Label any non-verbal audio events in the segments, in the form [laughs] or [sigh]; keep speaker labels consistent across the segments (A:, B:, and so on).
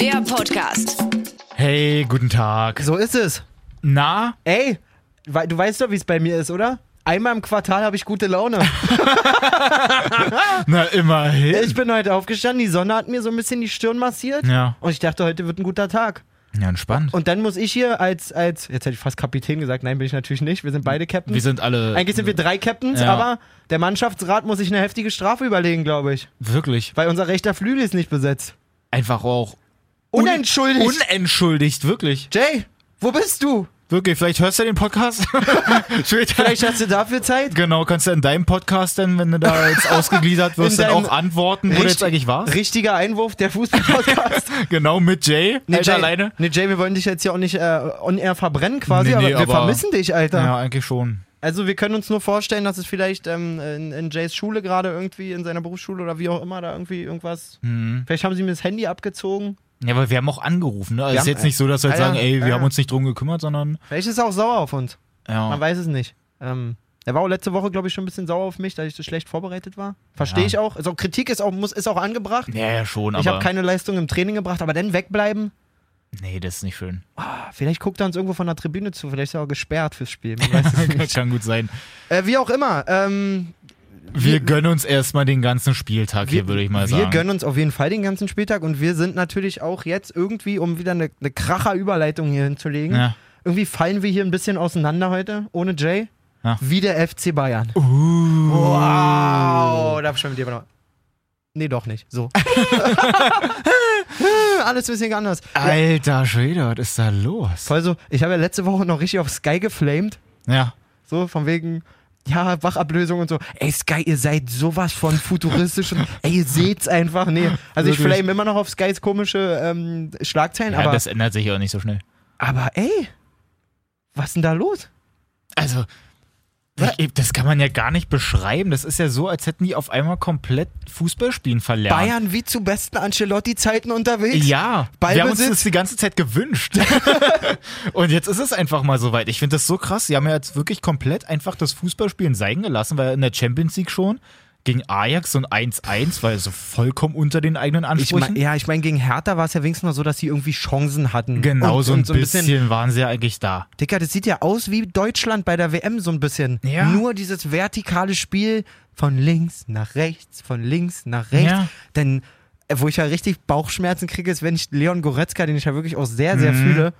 A: Der Podcast.
B: Hey, guten Tag.
C: So ist es.
B: Na?
C: Ey, wei- du weißt doch, wie es bei mir ist, oder? Einmal im Quartal habe ich
B: [laughs]
C: gute Laune.
B: Na, immerhin.
C: Ich bin heute aufgestanden, die Sonne hat mir so ein bisschen die Stirn massiert.
B: Ja.
C: Und ich dachte, heute wird ein guter Tag.
B: ja, entspannt.
C: Und dann muss ich hier als, als, jetzt hätte ich fast Kapitän gesagt, nein, bin ich natürlich nicht, wir sind beide Captains.
B: Wir sind alle.
C: Eigentlich sind wir drei Captains,
B: Hm. Ja.
C: aber der Mannschaftsrat muss sich eine heftige Strafe überlegen, glaube ich.
B: Wirklich.
C: Weil unser rechter Flügel ist nicht besetzt.
B: Einfach auch.
C: Unentschuldigt.
B: Unentschuldigt, wirklich.
C: Jay, wo bist du?
B: Wirklich, vielleicht hörst du den Podcast. [laughs] Später.
C: Vielleicht hast du dafür Zeit?
B: Genau, kannst du in deinem Podcast dann, wenn du da [laughs] jetzt ausgegliedert wirst,
C: In
B: dann auch
C: deinem
B: antworten, wo du jetzt
C: Richtig-
B: eigentlich warst?
C: Richtiger Einwurf, der Fußball-Podcast.
B: Genau, mit Jay. Alter,
C: Jay,
B: alleine.
C: Nee, Jay, wir wollen dich jetzt hier auch nicht äh, on air verbrennen quasi,
B: Nee, nee,
C: aber wir
B: aber-
C: vermissen dich, Alter.
B: Ja, eigentlich schon.
C: Also wir können uns nur vorstellen, dass es vielleicht ähm, in, in Jays Schule gerade irgendwie, in seiner Berufsschule oder wie auch immer, da irgendwie irgendwas.
B: Mhm.
C: Vielleicht haben sie mir das Handy abgezogen.
B: Ja, aber wir haben auch angerufen, ne? Also
C: Wir
B: ist
C: haben-
B: jetzt nicht so, dass wir jetzt
C: Ah, ja,
B: sagen, ey, wir
C: ja.
B: haben uns nicht drum gekümmert, sondern.
C: Vielleicht ist er auch sauer auf uns. Man
B: Ja.
C: weiß es nicht. Ähm, er war auch letzte Woche, glaube ich, schon ein bisschen sauer auf mich, dass ich so schlecht vorbereitet war. Verstehe
B: Ja.
C: ich auch. Also Kritik ist auch, muss, ist auch angebracht.
B: Ja, ja, schon,
C: Ich
B: aber.
C: habe keine Leistung im Training gebracht, aber dann wegbleiben.
B: nee, das ist nicht [laughs] schön.
C: Ah, Vielleicht guckt er uns irgendwo von der Tribüne zu. Vielleicht ist er auch gesperrt fürs Spiel. Man
B: [laughs]
C: weiß es nicht.
B: Kann gut sein.
C: Äh, wie auch immer. Ähm,
B: Wir gönnen uns erstmal den ganzen Spieltag hier, würde ich mal
C: wir
B: sagen.
C: gönnen uns auf jeden Fall den ganzen Spieltag und wir sind natürlich auch jetzt irgendwie, um wieder eine, eine kracher Überleitung hier hinzulegen,
B: Ja.
C: irgendwie fallen wir hier ein bisschen auseinander heute, ohne Jay,
B: Ja. Uh.
C: wie der FC Bayern. Wow, da hab ich schon mit dir aber noch- Nee, doch nicht.
B: [laughs]
C: So. [laughs] Alles ein bisschen anders.
B: Ah. Alter Schwede, was ist da los?
C: Voll so, ich habe ja letzte Woche noch richtig auf Sky geflamed.
B: Ja.
C: So, von wegen, ja, Wachablösung und so. Ey, Sky, ihr seid sowas von futuristisch [laughs] und ey, ihr seht's einfach. Nee, also ich
B: Wirklich.
C: flame immer noch auf Skys komische ähm, Schlagzeilen,
B: ja,
C: aber,
B: das ändert sich auch nicht so schnell.
C: aber ey, was denn da los?
B: Also, ich, das kann man ja gar nicht beschreiben. Das ist ja so, als hätten die auf einmal komplett Fußballspielen verlernt.
C: Bayern wie zu besten Ancelotti-Zeiten unterwegs?
B: Ja, wir haben uns
C: Ballbesitz.
B: das die ganze Zeit gewünscht. [laughs] und jetzt ist es einfach mal soweit. Ich finde das so krass. Sie haben ja jetzt wirklich komplett einfach das Fußballspielen sein gelassen, weil in der Champions League schon gegen Ajax so ein 1-1 war so vollkommen unter den eigenen
C: Ich mein,
B: Ansprüchen.
C: ja, ich meine, gegen Hertha war es ja wenigstens noch so, dass sie irgendwie Chancen hatten.
B: genau,
C: und,
B: so,
C: und
B: ein bisschen, waren sie ja eigentlich da.
C: Dicker, das sieht ja aus wie Deutschland bei der WM so ein bisschen.
B: Ja.
C: Nur dieses vertikale Spiel von links nach rechts, von links nach rechts.
B: Ja.
C: Denn äh, wo ich ja richtig Bauchschmerzen kriege, ist, wenn ich Leon Goretzka, den ich ja wirklich auch sehr,
B: Mhm.
C: sehr fühle,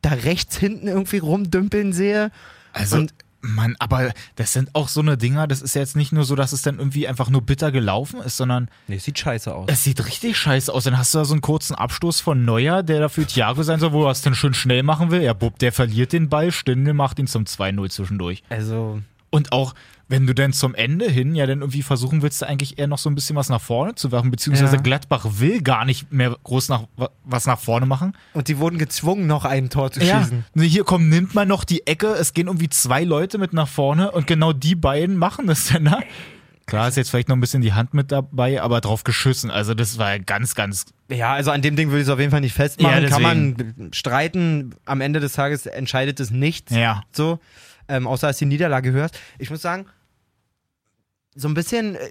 C: da rechts hinten irgendwie rumdümpeln sehe.
B: Also,
C: Und-
B: Mann, aber das sind auch so eine Dinger, das ist ja jetzt nicht nur so, dass es dann irgendwie einfach nur bitter gelaufen ist, sondern
C: Nee, sieht scheiße aus.
B: es sieht richtig scheiße aus. Dann hast du da so einen kurzen Abstoß von Neuer, der dafür Thiago sein soll, wo er es dann schön schnell machen will. Ja, Bub, der verliert den Ball, Stindel macht ihn zum 2-0 zwischendurch.
C: Also,
B: Und auch, wenn du dann zum Ende hin ja dann irgendwie versuchen willst, da eigentlich eher noch so ein bisschen was nach vorne zu werfen, beziehungsweise
C: Ja.
B: Gladbach will gar nicht mehr groß nach, was nach vorne machen.
C: und die wurden gezwungen, noch ein Tor zu schießen.
B: Nee, hier komm, nimmt man noch die Ecke, es gehen irgendwie zwei Leute mit nach vorne und genau die beiden machen das denn da. Klar ist jetzt vielleicht noch ein bisschen die Hand mit dabei, aber drauf geschissen. Also das war ja ganz, ganz.
C: Ja, also an dem Ding würde ich es auf jeden Fall nicht festmachen.
B: Ja,
C: Kann man streiten. Am Ende des Tages entscheidet es nichts.
B: Ja.
C: So, ähm, außer dass die Niederlage hörst. Ich muss sagen, so ein bisschen, äh,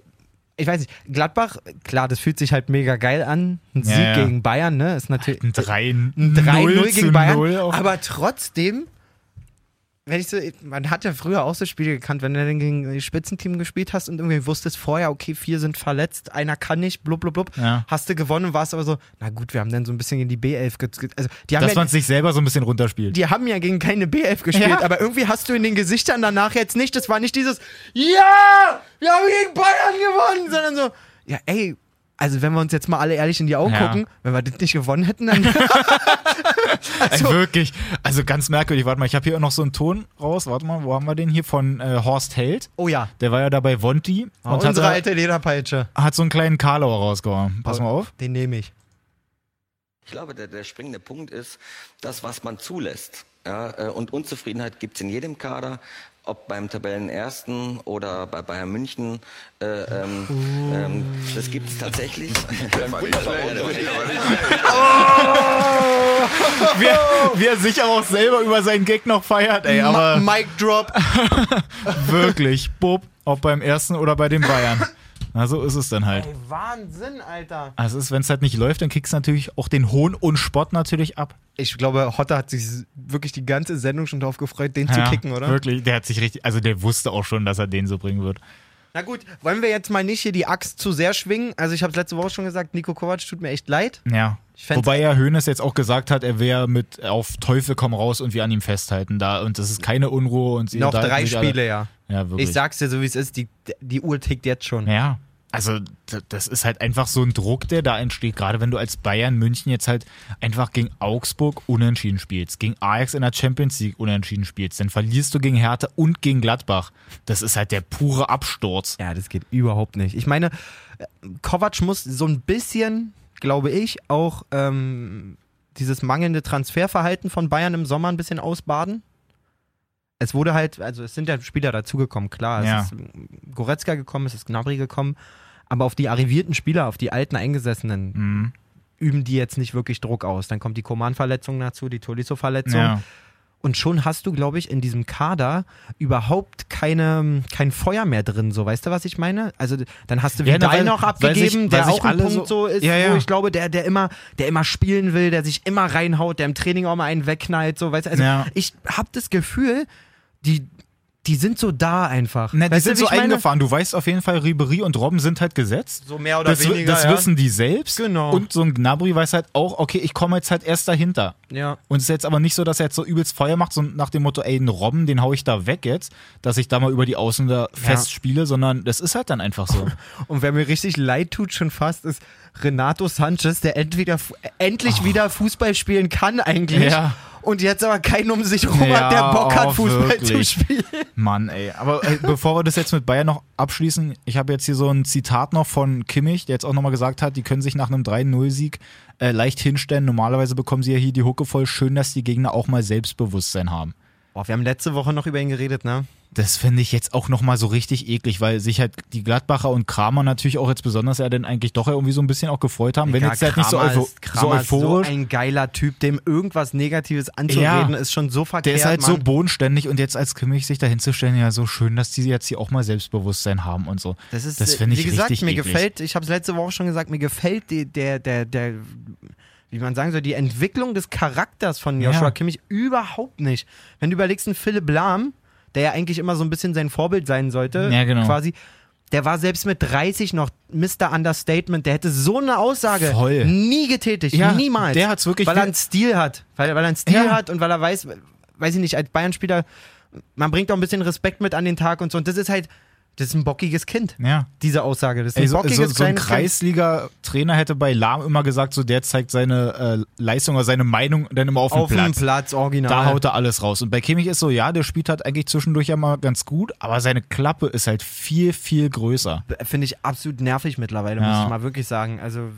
C: ich weiß nicht, Gladbach, klar, das fühlt sich halt mega geil an. Ein
B: Ja,
C: Sieg
B: ja.
C: gegen Bayern, ne? Ist natürlich
B: Ein
C: [laughs]
B: 3-0
C: ein 3-0
B: zu
C: gegen Bayern.
B: 0 auf-
C: aber trotzdem, wenn ich so, man hat ja früher auch so Spiele gekannt, wenn du dann gegen die Spitzenteam gespielt hast und irgendwie wusstest vorher, okay, vier sind verletzt, einer kann nicht, blub, blub, blub.
B: Ja.
C: Hast du gewonnen und warst aber so, na gut, wir haben dann so ein bisschen in die B11 gezogen. Also, die haben
B: dass
C: ja,
B: man sich selber so ein bisschen runterspielt.
C: die haben ja gegen keine BF gespielt,
B: Ja.
C: aber irgendwie hast du in den Gesichtern danach jetzt nicht, das war nicht dieses Ja, wir haben gegen Bayern gewonnen, sondern so, ja, ey, also wenn wir uns jetzt mal alle ehrlich in die Augen
B: Ja.
C: gucken, wenn wir das nicht gewonnen hätten, dann [laughs]
B: Ey, Wirklich. Also ganz merkwürdig. Warte mal, ich habe hier auch noch so einen Ton raus. Warte mal, wo haben wir den hier? Von äh, Horst Held.
C: Oh ja,
B: Der war ja dabei Wonti und hat,
C: Ah, unsere
B: da-
C: alte Oh. Lederpeitsche,
B: hat so einen kleinen Karlauer rausgehauen. Pass mal auf.
C: den nehme ich.
D: Ich glaube, der, der springende Punkt ist das, was man zulässt. Ja, äh, und Unzufriedenheit gibt es in jedem Kader, ob beim Tabellenersten oder bei Bayern München. Äh, ähm, ähm, das gibt es tatsächlich.
B: Wie, wie er sich aber auch selber über seinen Gag noch feiert, ey.
C: Ma
B: Aber
C: Mic Drop.
B: Wirklich, Bob, ob beim ersten oder bei den Bayern. Na, so ist es dann halt.
C: Ey, Wahnsinn, Alter.
B: Also es ist, wenn es halt nicht läuft, dann kriegst du natürlich auch den Hohn und Spott natürlich ab.
C: Ich glaube, Hotter hat sich wirklich die ganze Sendung schon drauf gefreut, den zu kicken, oder?
B: Wirklich, der hat sich richtig, also der wusste auch schon, dass er den so bringen wird.
C: Na gut, wollen wir jetzt mal nicht hier die Axt zu sehr schwingen? Also, ich habe letzte Woche schon gesagt, Nico Kovac tut mir echt leid.
B: Ja.
C: Ich fänd's-
B: Wobei ja Hönes jetzt auch gesagt hat, er wäre mit auf Teufel komm raus und wir an ihm festhalten da und das ist keine Unruhe und sie
C: Noch
B: unterhalten
C: drei
B: sich alle.
C: Spiele, ja.
B: Ja, wirklich.
C: Ich sag's dir so, wie es ist, die, die Uhr tickt jetzt schon.
B: Ja, also d- das ist halt einfach so ein Druck, der da entsteht, gerade wenn du als Bayern München jetzt halt einfach gegen Augsburg unentschieden spielst, gegen Ajax in der Champions League unentschieden spielst, dann verlierst du gegen Hertha und gegen Gladbach. Das ist halt der pure Absturz.
C: Ja, das geht überhaupt nicht. Ich meine, äh, Kovac muss so ein bisschen, glaube ich, auch ähm, dieses mangelnde Transferverhalten von Bayern im Sommer ein bisschen ausbaden. Es wurde halt, also es sind ja Spieler dazugekommen, klar. Es
B: Ja.
C: ist äh, Goretzka gekommen, es ist Gnabry gekommen. Aber auf die arrivierten Spieler, auf die alten Eingesessenen,
B: Mhm.
C: üben die jetzt nicht wirklich Druck aus. Dann kommt die Koman-Verletzung dazu, die Tolisso-Verletzung.
B: Ja.
C: Und schon hast du, glaube ich, in diesem Kader überhaupt keine, kein Feuer mehr drin, so weißt du, was ich meine? Also dann hast du
B: Ja,
C: Vidal
B: na, weil-
C: noch
B: weil
C: abgegeben,
B: sich- weil
C: der
B: sich
C: auch ein
B: alle
C: Punkt
B: so-
C: so, ist,
B: Ja, ja.
C: wo ich glaube, der, der immer, der immer spielen will, der sich immer reinhaut, der im Training auch mal einen wegknallt, so weißt du. Also
B: Ja.
C: ich habe das Gefühl, die, die sind so da einfach.
B: Na, die
C: weißt
B: sind
C: du, wie
B: so
C: ich meine?
B: eingefahren. Du weißt auf jeden Fall, Ribery und Robben sind halt gesetzt.
C: So mehr oder
B: Das, wi-
C: weniger.
B: das
C: ja.
B: wissen die selbst.
C: Genau.
B: Und so ein Gnabry weiß halt auch, okay, ich komme jetzt halt erst dahinter.
C: Ja.
B: Und es ist jetzt aber nicht so, dass er jetzt so übelst Feuer macht, so nach dem Motto, ey, den Robben, den hau ich da weg jetzt, dass ich da mal über die Außen da festspiele, sondern das ist halt dann einfach so.
C: Und wer mir richtig leid tut, schon fast, ist Renato Sanchez, der entweder fu- endlich wieder Fußball spielen kann eigentlich.
B: Ja.
C: Und jetzt aber keinen um sich rum
B: Ja,
C: hat, der Bock hat,
B: oh,
C: Fußball
B: wirklich.
C: zu spielen.
B: Mann, ey. Aber ey, bevor wir das jetzt mit Bayern noch abschließen, ich habe jetzt hier so ein Zitat noch von Kimmich, der jetzt auch nochmal gesagt hat, die können sich nach einem 3-0-Sieg äh, leicht hinstellen. Normalerweise bekommen sie ja hier die Hucke voll. Schön, dass die Gegner auch mal Selbstbewusstsein haben.
C: Boah, wir haben letzte Woche noch über ihn geredet, ne?
B: Das finde ich jetzt auch nochmal so richtig eklig, weil sich halt die Gladbacher und Kramer natürlich auch jetzt besonders ja dann eigentlich doch irgendwie so ein bisschen auch gefreut haben. Wenn
C: Ja,
B: jetzt halt nicht so,
C: Kramer
B: eupho
C: ist-
B: so
C: Kramer ist
B: euphorisch.
C: So ein geiler Typ, dem irgendwas Negatives anzureden,
B: Ja.
C: ist schon so verkehrt.
B: Der ist halt
C: Mann.
B: so bodenständig und jetzt als Kimmich sich dahinzustellen, ja, so schön, dass die jetzt hier auch mal Selbstbewusstsein haben und so.
C: Das ist,
B: das
C: äh,
B: finde ich
C: wie gesagt,
B: richtig
C: mir
B: eklig.
C: gefällt, ich habe es letzte Woche schon gesagt, mir gefällt die, der, der, der, wie man sagen soll, die Entwicklung des Charakters von Joshua
B: Ja.
C: Kimmich überhaupt nicht. Wenn du überlegst, ein Philipp Lahm, der ja eigentlich immer so ein bisschen sein Vorbild sein sollte,
B: Ja, genau.
C: quasi, der war selbst mit 30 noch Mr. Understatement, der hätte so eine Aussage
B: Voll.
C: nie getätigt,
B: Ja,
C: niemals.
B: der hat's wirklich
C: Weil er
B: wie-
C: einen Stil hat. Weil, weil er einen Stil
B: Ja.
C: hat und weil er weiß, weiß ich nicht, als Bayern-Spieler, man bringt auch ein bisschen Respekt mit an den Tag und so. Und das ist halt, das ist ein bockiges Kind
B: Ja.
C: diese Aussage. Das ist ein
B: Ey, so,
C: bockiges
B: so, so ein
C: kleines
B: Kreisliga-Trainer hätte bei Lahm immer gesagt, so der zeigt seine äh, Leistung oder seine Meinung dann immer auf,
C: Kind. auf
B: dem Platz.
C: Platz original.
B: Da haut er alles raus. Und bei Kimmich ist so, ja, der spielt halt eigentlich zwischendurch ja mal ganz gut, aber seine Klappe ist halt viel, viel größer.
C: Finde ich absolut nervig mittlerweile, muss
B: Ja.
C: ich mal wirklich sagen. Also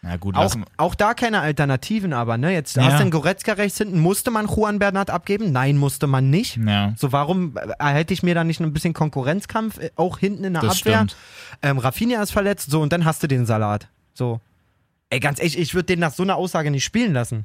B: Na gut,
C: auch,
B: lassen wir-
C: auch da keine Alternativen, aber ne, jetzt
B: Ja.
C: hast du einen Goretzka rechts hinten. Musste man Juan Bernat abgeben? Nein, musste man nicht.
B: Ja.
C: So, warum äh, erhalte ich mir da nicht ein bisschen Konkurrenzkampf äh, auch hinten in der
B: Das
C: Abwehr?
B: stimmt.
C: Ähm, Rafinha ist verletzt, so, und dann hast du den Salat. So. Ey, ganz ehrlich, ich würde den nach so einer Aussage nicht spielen lassen,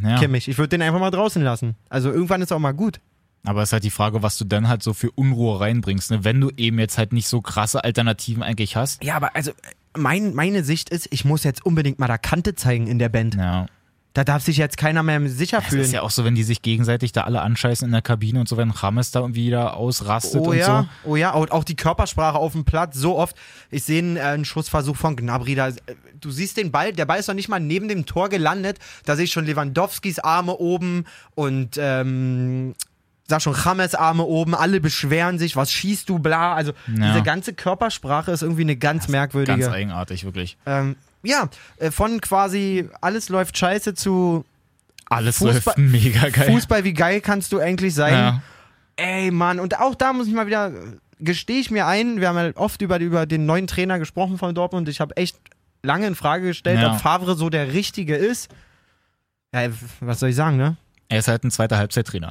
B: Ja.
C: Kimmich. Ich würde den einfach mal draußen lassen. Also irgendwann ist auch mal gut.
B: Aber es ist halt die Frage, was du dann halt so für Unruhe reinbringst, ne? wenn du eben jetzt halt nicht so krasse Alternativen eigentlich hast.
C: Ja, aber also mein, meine Sicht ist, ich muss jetzt unbedingt mal da Kante zeigen in der Band.
B: Ja.
C: Da darf sich jetzt keiner mehr sicher
B: Es
C: fühlen.
B: ist ja auch so, wenn die sich gegenseitig da alle anscheißen in der Kabine und so, wenn Rames da irgendwie wieder ausrastet
C: oh
B: und
C: ja,
B: so.
C: oh ja, und auch die Körpersprache auf dem Platz so oft. Ich sehe einen, äh, einen Schussversuch von Gnabry da. äh, Du siehst den Ball, der Ball ist noch nicht mal neben dem Tor gelandet. Da sehe ich schon Lewandowskis Arme oben und ähm, sag schon Chames Arme oben. Alle beschweren sich, was schießt du, bla. Also
B: Ja.
C: diese ganze Körpersprache ist irgendwie eine ganz merkwürdige.
B: Ganz eigenartig, wirklich.
C: ähm, ja, äh, von quasi alles läuft scheiße zu
B: Alles
C: Fußball-
B: läuft mega geil.
C: Fußball, wie geil kannst du eigentlich sein?
B: Ja.
C: Ey, Mann, und auch da muss ich mal wieder, gestehe ich mir ein, wir haben ja oft über, über den neuen Trainer gesprochen von Dortmund. Ich habe echt lange in Frage gestellt,
B: Ja.
C: ob Favre so der Richtige ist. Ja, was soll ich sagen, ne?
B: Er ist halt ein zweiter
C: [laughs]
B: Halbzeittrainer.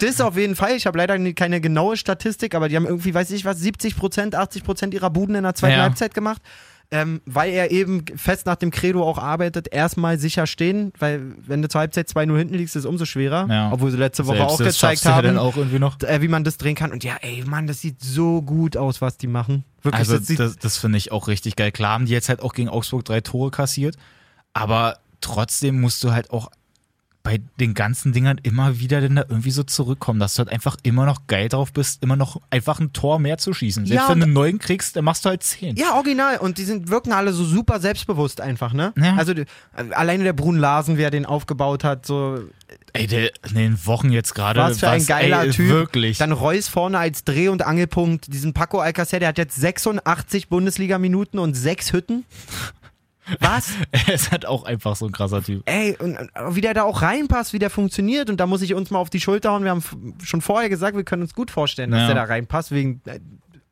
C: Das auf jeden Fall. Ich habe leider nie- keine genaue Statistik, aber die haben irgendwie, weiß ich was, 70 Prozent, 80 Prozent ihrer Buden in der zweiten
B: Ja.
C: Halbzeit gemacht.
E: ähm, weil er eben fest nach dem Credo auch arbeitet, erstmal sicher stehen, weil wenn du zur Halbzeit 2-0 hinten liegst, ist es umso schwerer,
B: Ja.
E: obwohl sie letzte Woche
B: Selbst
E: auch
B: das
E: gezeigt
B: schaffst du ja
E: haben,
B: dann auch irgendwie noch.
E: äh, wie man das drehen kann. Und ja, ey, Mann, das sieht so gut aus, was die machen. Wirklich,
B: Also
E: das sieht
B: das, das finde ich auch richtig geil. Klar haben die jetzt halt auch gegen Augsburg drei Tore kassiert, aber trotzdem musst du halt auch bei den ganzen Dingern immer wieder denn da irgendwie so zurückkommen, dass du halt einfach immer noch geil drauf bist, immer noch einfach ein Tor mehr zu schießen. Selbst
E: Ja,
B: wenn
E: und-
B: du einen neuen kriegst, dann machst du halt zehn.
E: Ja, original. Und die sind, wirken alle so super selbstbewusst einfach, ne?
B: Ja.
E: Also die- alleine der Brun Larsen, wer den aufgebaut hat, so
B: Ey, der, in den Wochen jetzt gerade.
E: was für ein geiler
B: Äh, ey,
E: Typ.
B: Wirklich.
E: Dann Reus vorne als Dreh- und Angelpunkt. Diesen Paco Alcacer, der hat jetzt 86 Bundesliga-Minuten und sechs
B: [laughs]
E: Hütten. Was?
B: [laughs] er ist halt auch einfach so ein krasser Typ.
E: Ey, und und wie der da auch reinpasst, wie der funktioniert. Und da muss ich uns mal auf die Schulter hauen. Wir haben f- schon vorher gesagt, wir können uns gut vorstellen, dass
B: Ja.
E: der da reinpasst, wegen äh,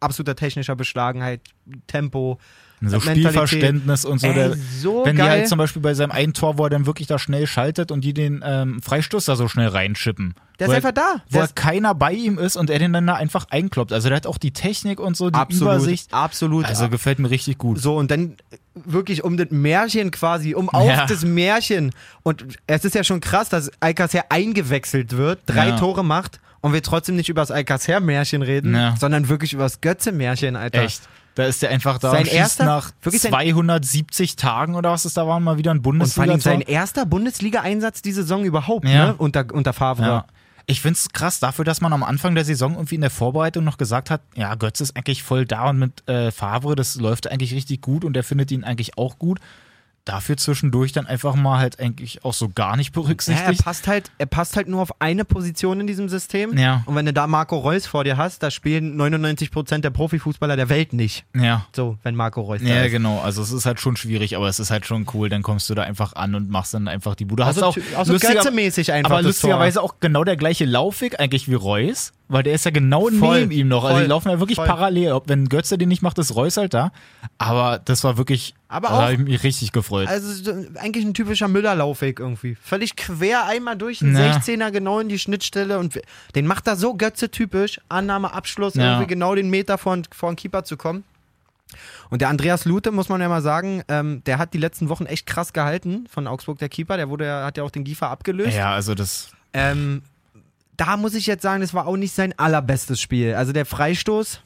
E: absoluter technischer Beschlagenheit, Tempo.
B: So
E: Mentalität.
B: Spielverständnis und so.
E: Ey,
B: der,
E: so
B: wenn die
E: geil.
B: halt zum Beispiel bei seinem einen Tor, wo er dann wirklich da schnell schaltet und die den ähm, Freistoß da so schnell reinschippen.
E: Der ist
B: Wo er-
E: einfach da.
B: Wo
E: Der
B: er
E: ist-
B: keiner bei ihm ist und er den dann da einfach einkloppt. Also der hat auch die Technik und so, die
E: absolut,
B: Übersicht.
E: absolut.
B: Also gefällt mir richtig gut.
E: So, und dann wirklich um das Märchen quasi, um auf
B: Ja.
E: das Märchen. Und es ist ja schon krass, dass Alcacer eingewechselt wird, drei
B: Ja.
E: Tore macht und wir trotzdem nicht über das Alcacer-Märchen reden,
B: Ja.
E: sondern wirklich über das Götze-Märchen, Alter.
B: Echt. Da ist der einfach da
E: Sein
B: und schießt
E: erster-
B: nach
E: wirklich sein-
B: 270 Tagen oder was es da waren, mal wieder ein
E: Und vor
B: bundesliga
E: allem sein erster Bundesliga-Einsatz diese Saison überhaupt,
B: Ja.
E: ne? Unter, unter Favre.
B: Ja. Ich finde es krass dafür, dass man am Anfang der Saison irgendwie in der Vorbereitung noch gesagt hat, ja, Götze ist eigentlich voll da und mit äh, Favre, das läuft eigentlich richtig gut und der findet ihn eigentlich auch gut. Dafür zwischendurch dann einfach mal halt eigentlich auch so gar nicht
E: Ja, er
B: berücksichtigt.
E: passt halt, er passt halt nur auf eine Position in diesem System.
B: Ja.
E: Und wenn du da Marco Reus vor dir hast, da spielen 99% der Profifußballer der Welt nicht.
B: Ja.
E: So, wenn Marco Reus da
B: Ja,
E: ist.
B: genau. Also es ist halt schon schwierig, aber es ist halt schon cool. Dann kommst du da einfach an und machst dann einfach die Bude. Hast
E: Also,
B: auch
E: ty- also
B: lustiger-
E: Götze-mäßig einfach
B: Aber
E: das
B: lustigerweise auch genau der gleiche Laufweg eigentlich wie Reus, weil der ist ja genau
E: Voll,
B: neben ihm noch. Also
E: voll,
B: die laufen ja wirklich
E: voll.
B: parallel. Ob wenn Götze den nicht macht, ist Reus halt da. Aber das war wirklich,
E: Aber
B: da
E: auch-
B: habe ich mich richtig gefreut.
E: Also so, eigentlich ein typischer Müller-Laufweg irgendwie. Völlig quer einmal durch den
B: Ja.
E: 16er, genau in die Schnittstelle. Und w- den macht er so Götze-typisch. Annahme, Abschluss,
B: Ja.
E: irgendwie genau den Meter vor, vor den Keeper zu kommen. Und der Andreas Lute, muss man ja mal sagen, ähm, der hat die letzten Wochen echt krass gehalten von Augsburg, der Keeper. Der wurde, ja- hat ja auch den Giefer abgelöst.
B: ja, also das.
E: Ähm, da muss ich jetzt sagen, das war auch nicht sein allerbestes Spiel. Also der Freistoß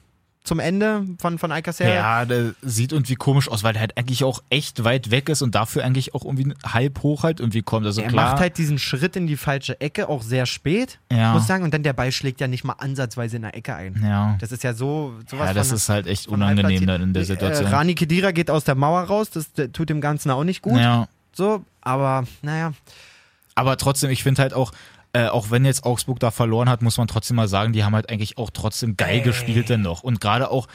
E: zum Ende von, von Alcacer.
B: Ja, der sieht irgendwie komisch aus, weil der halt eigentlich auch echt weit weg ist und dafür eigentlich auch irgendwie halb hoch halt irgendwie kommt. Also
E: Er
B: klar.
E: macht halt diesen Schritt in die falsche Ecke, auch sehr spät,
B: Ja.
E: muss ich sagen. Und dann der Ball schlägt ja nicht mal ansatzweise in der Ecke ein.
B: ja.
E: Das ist ja so sowas
B: Ja, das
E: von,
B: ist halt echt
E: von
B: unangenehm
E: halbplatziert.
B: dann in der Situation.
E: Äh, Rani Kedira geht aus der Mauer raus, das äh, tut dem Ganzen auch nicht gut.
B: Ja.
E: So, aber naja.
B: Aber trotzdem, ich finde halt auch, äh, auch wenn jetzt Augsburg da verloren hat, muss man trotzdem mal sagen, die haben halt eigentlich auch trotzdem geil gespielt dennoch. Und gerade auch,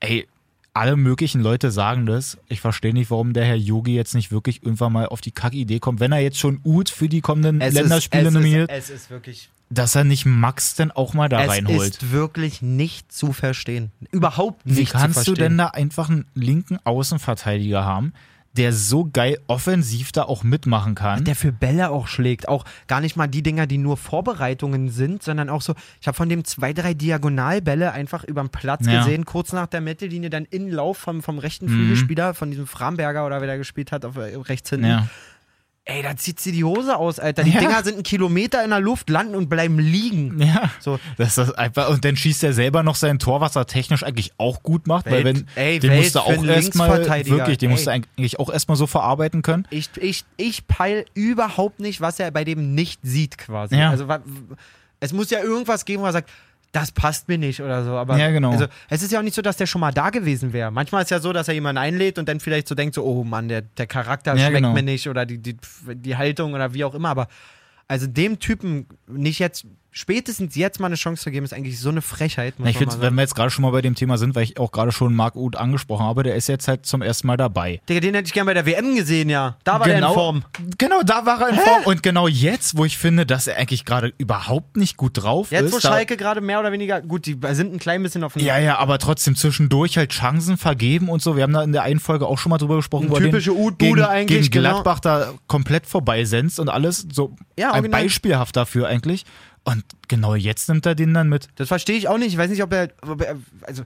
B: ey, alle möglichen Leute sagen das. Ich verstehe nicht, warum der Herr Yogi jetzt nicht wirklich irgendwann mal auf die Kack-Idee kommt, wenn er jetzt schon Uth für die kommenden Länderspiele
E: ist,
B: nominiert,
E: es ist wirklich.
B: dass er nicht Max denn auch mal da
E: Es
B: reinholt.
E: ist wirklich nicht zu verstehen. Überhaupt nicht
B: Wie
E: zu
B: kannst du
E: verstehen.
B: denn da einfach einen linken Außenverteidiger haben, der so geil offensiv da auch mitmachen kann?
E: der für Bälle auch schlägt. Auch gar nicht mal die Dinger, die nur Vorbereitungen sind, sondern auch so, ich habe von dem zwei, drei Diagonalbälle einfach überm Platz
B: Ja.
E: gesehen, kurz nach der Mittellinie, dann in Lauf vom, vom rechten Flügelspieler, von diesem Framberger oder wer da gespielt hat, auf äh, rechts hinten.
B: Mhm. ja.
E: Ey, da zieht sie die Hose aus, Alter. Die Dinger sind einen Kilometer in der Luft, landen und bleiben liegen.
B: ja.
E: So,
B: Das ist einfach, und dann schießt er selber noch sein Tor, was er technisch eigentlich auch gut macht, weil
E: Welt-
B: wenn
E: ey,
B: den
E: Welt
B: musst du
E: für
B: auch
E: einen
B: erstmal
E: Linksverteidiger,
B: wirklich, den musst du
E: ey.
B: eigentlich auch erstmal so verarbeiten können.
E: Ich, ich, ich peil überhaupt nicht, was er bei dem nicht sieht, quasi.
B: Ja.
E: Also wa- es muss ja irgendwas geben, wo er sagt, das passt mir nicht oder so. Aber
B: Ja, genau.
E: also, es ist ja auch nicht so, dass der schon mal da gewesen wäre. Manchmal ist ja so, dass er jemanden einlädt und dann vielleicht so denkt, so, oh Mann, der, der Charakter
B: Ja,
E: schmeckt
B: genau.
E: mir nicht oder die, die, die Haltung oder wie auch immer. Aber also dem Typen nicht jetzt, spätestens jetzt mal eine Chance zu geben, ist eigentlich so eine Frechheit. Muss
B: Na, ich
E: man mal
B: finde, wenn
E: sagen.
B: wir jetzt gerade schon mal bei dem Thema sind, weil ich auch gerade schon Marc Uth angesprochen habe, der ist jetzt halt zum ersten Mal dabei.
E: Digga, den hätte ich gern bei der WM gesehen, ja. Da war der in Form.
B: genau, da war er in Form. Und genau jetzt, wo ich finde, dass er eigentlich gerade überhaupt nicht gut drauf
E: Jetzt,
B: ist.
E: wo
B: da-
E: Schalke gerade mehr oder weniger, gut, die sind ein klein bisschen auf dem
B: ja, ja, aber trotzdem zwischendurch halt Chancen vergeben und so. Wir haben da in der einen Folge auch schon mal drüber gesprochen,
E: Eine
B: wo er den
E: typische Uth-Bude
B: gegen,
E: eigentlich,
B: gegen
E: genau.
B: Gladbach da komplett vorbeisenzt und alles. So
E: Ja,
B: ein
E: original.
B: beispielhaft dafür eigentlich. Und genau jetzt nimmt er den dann mit.
E: Das verstehe ich auch nicht. Ich weiß nicht, ob er, ob er also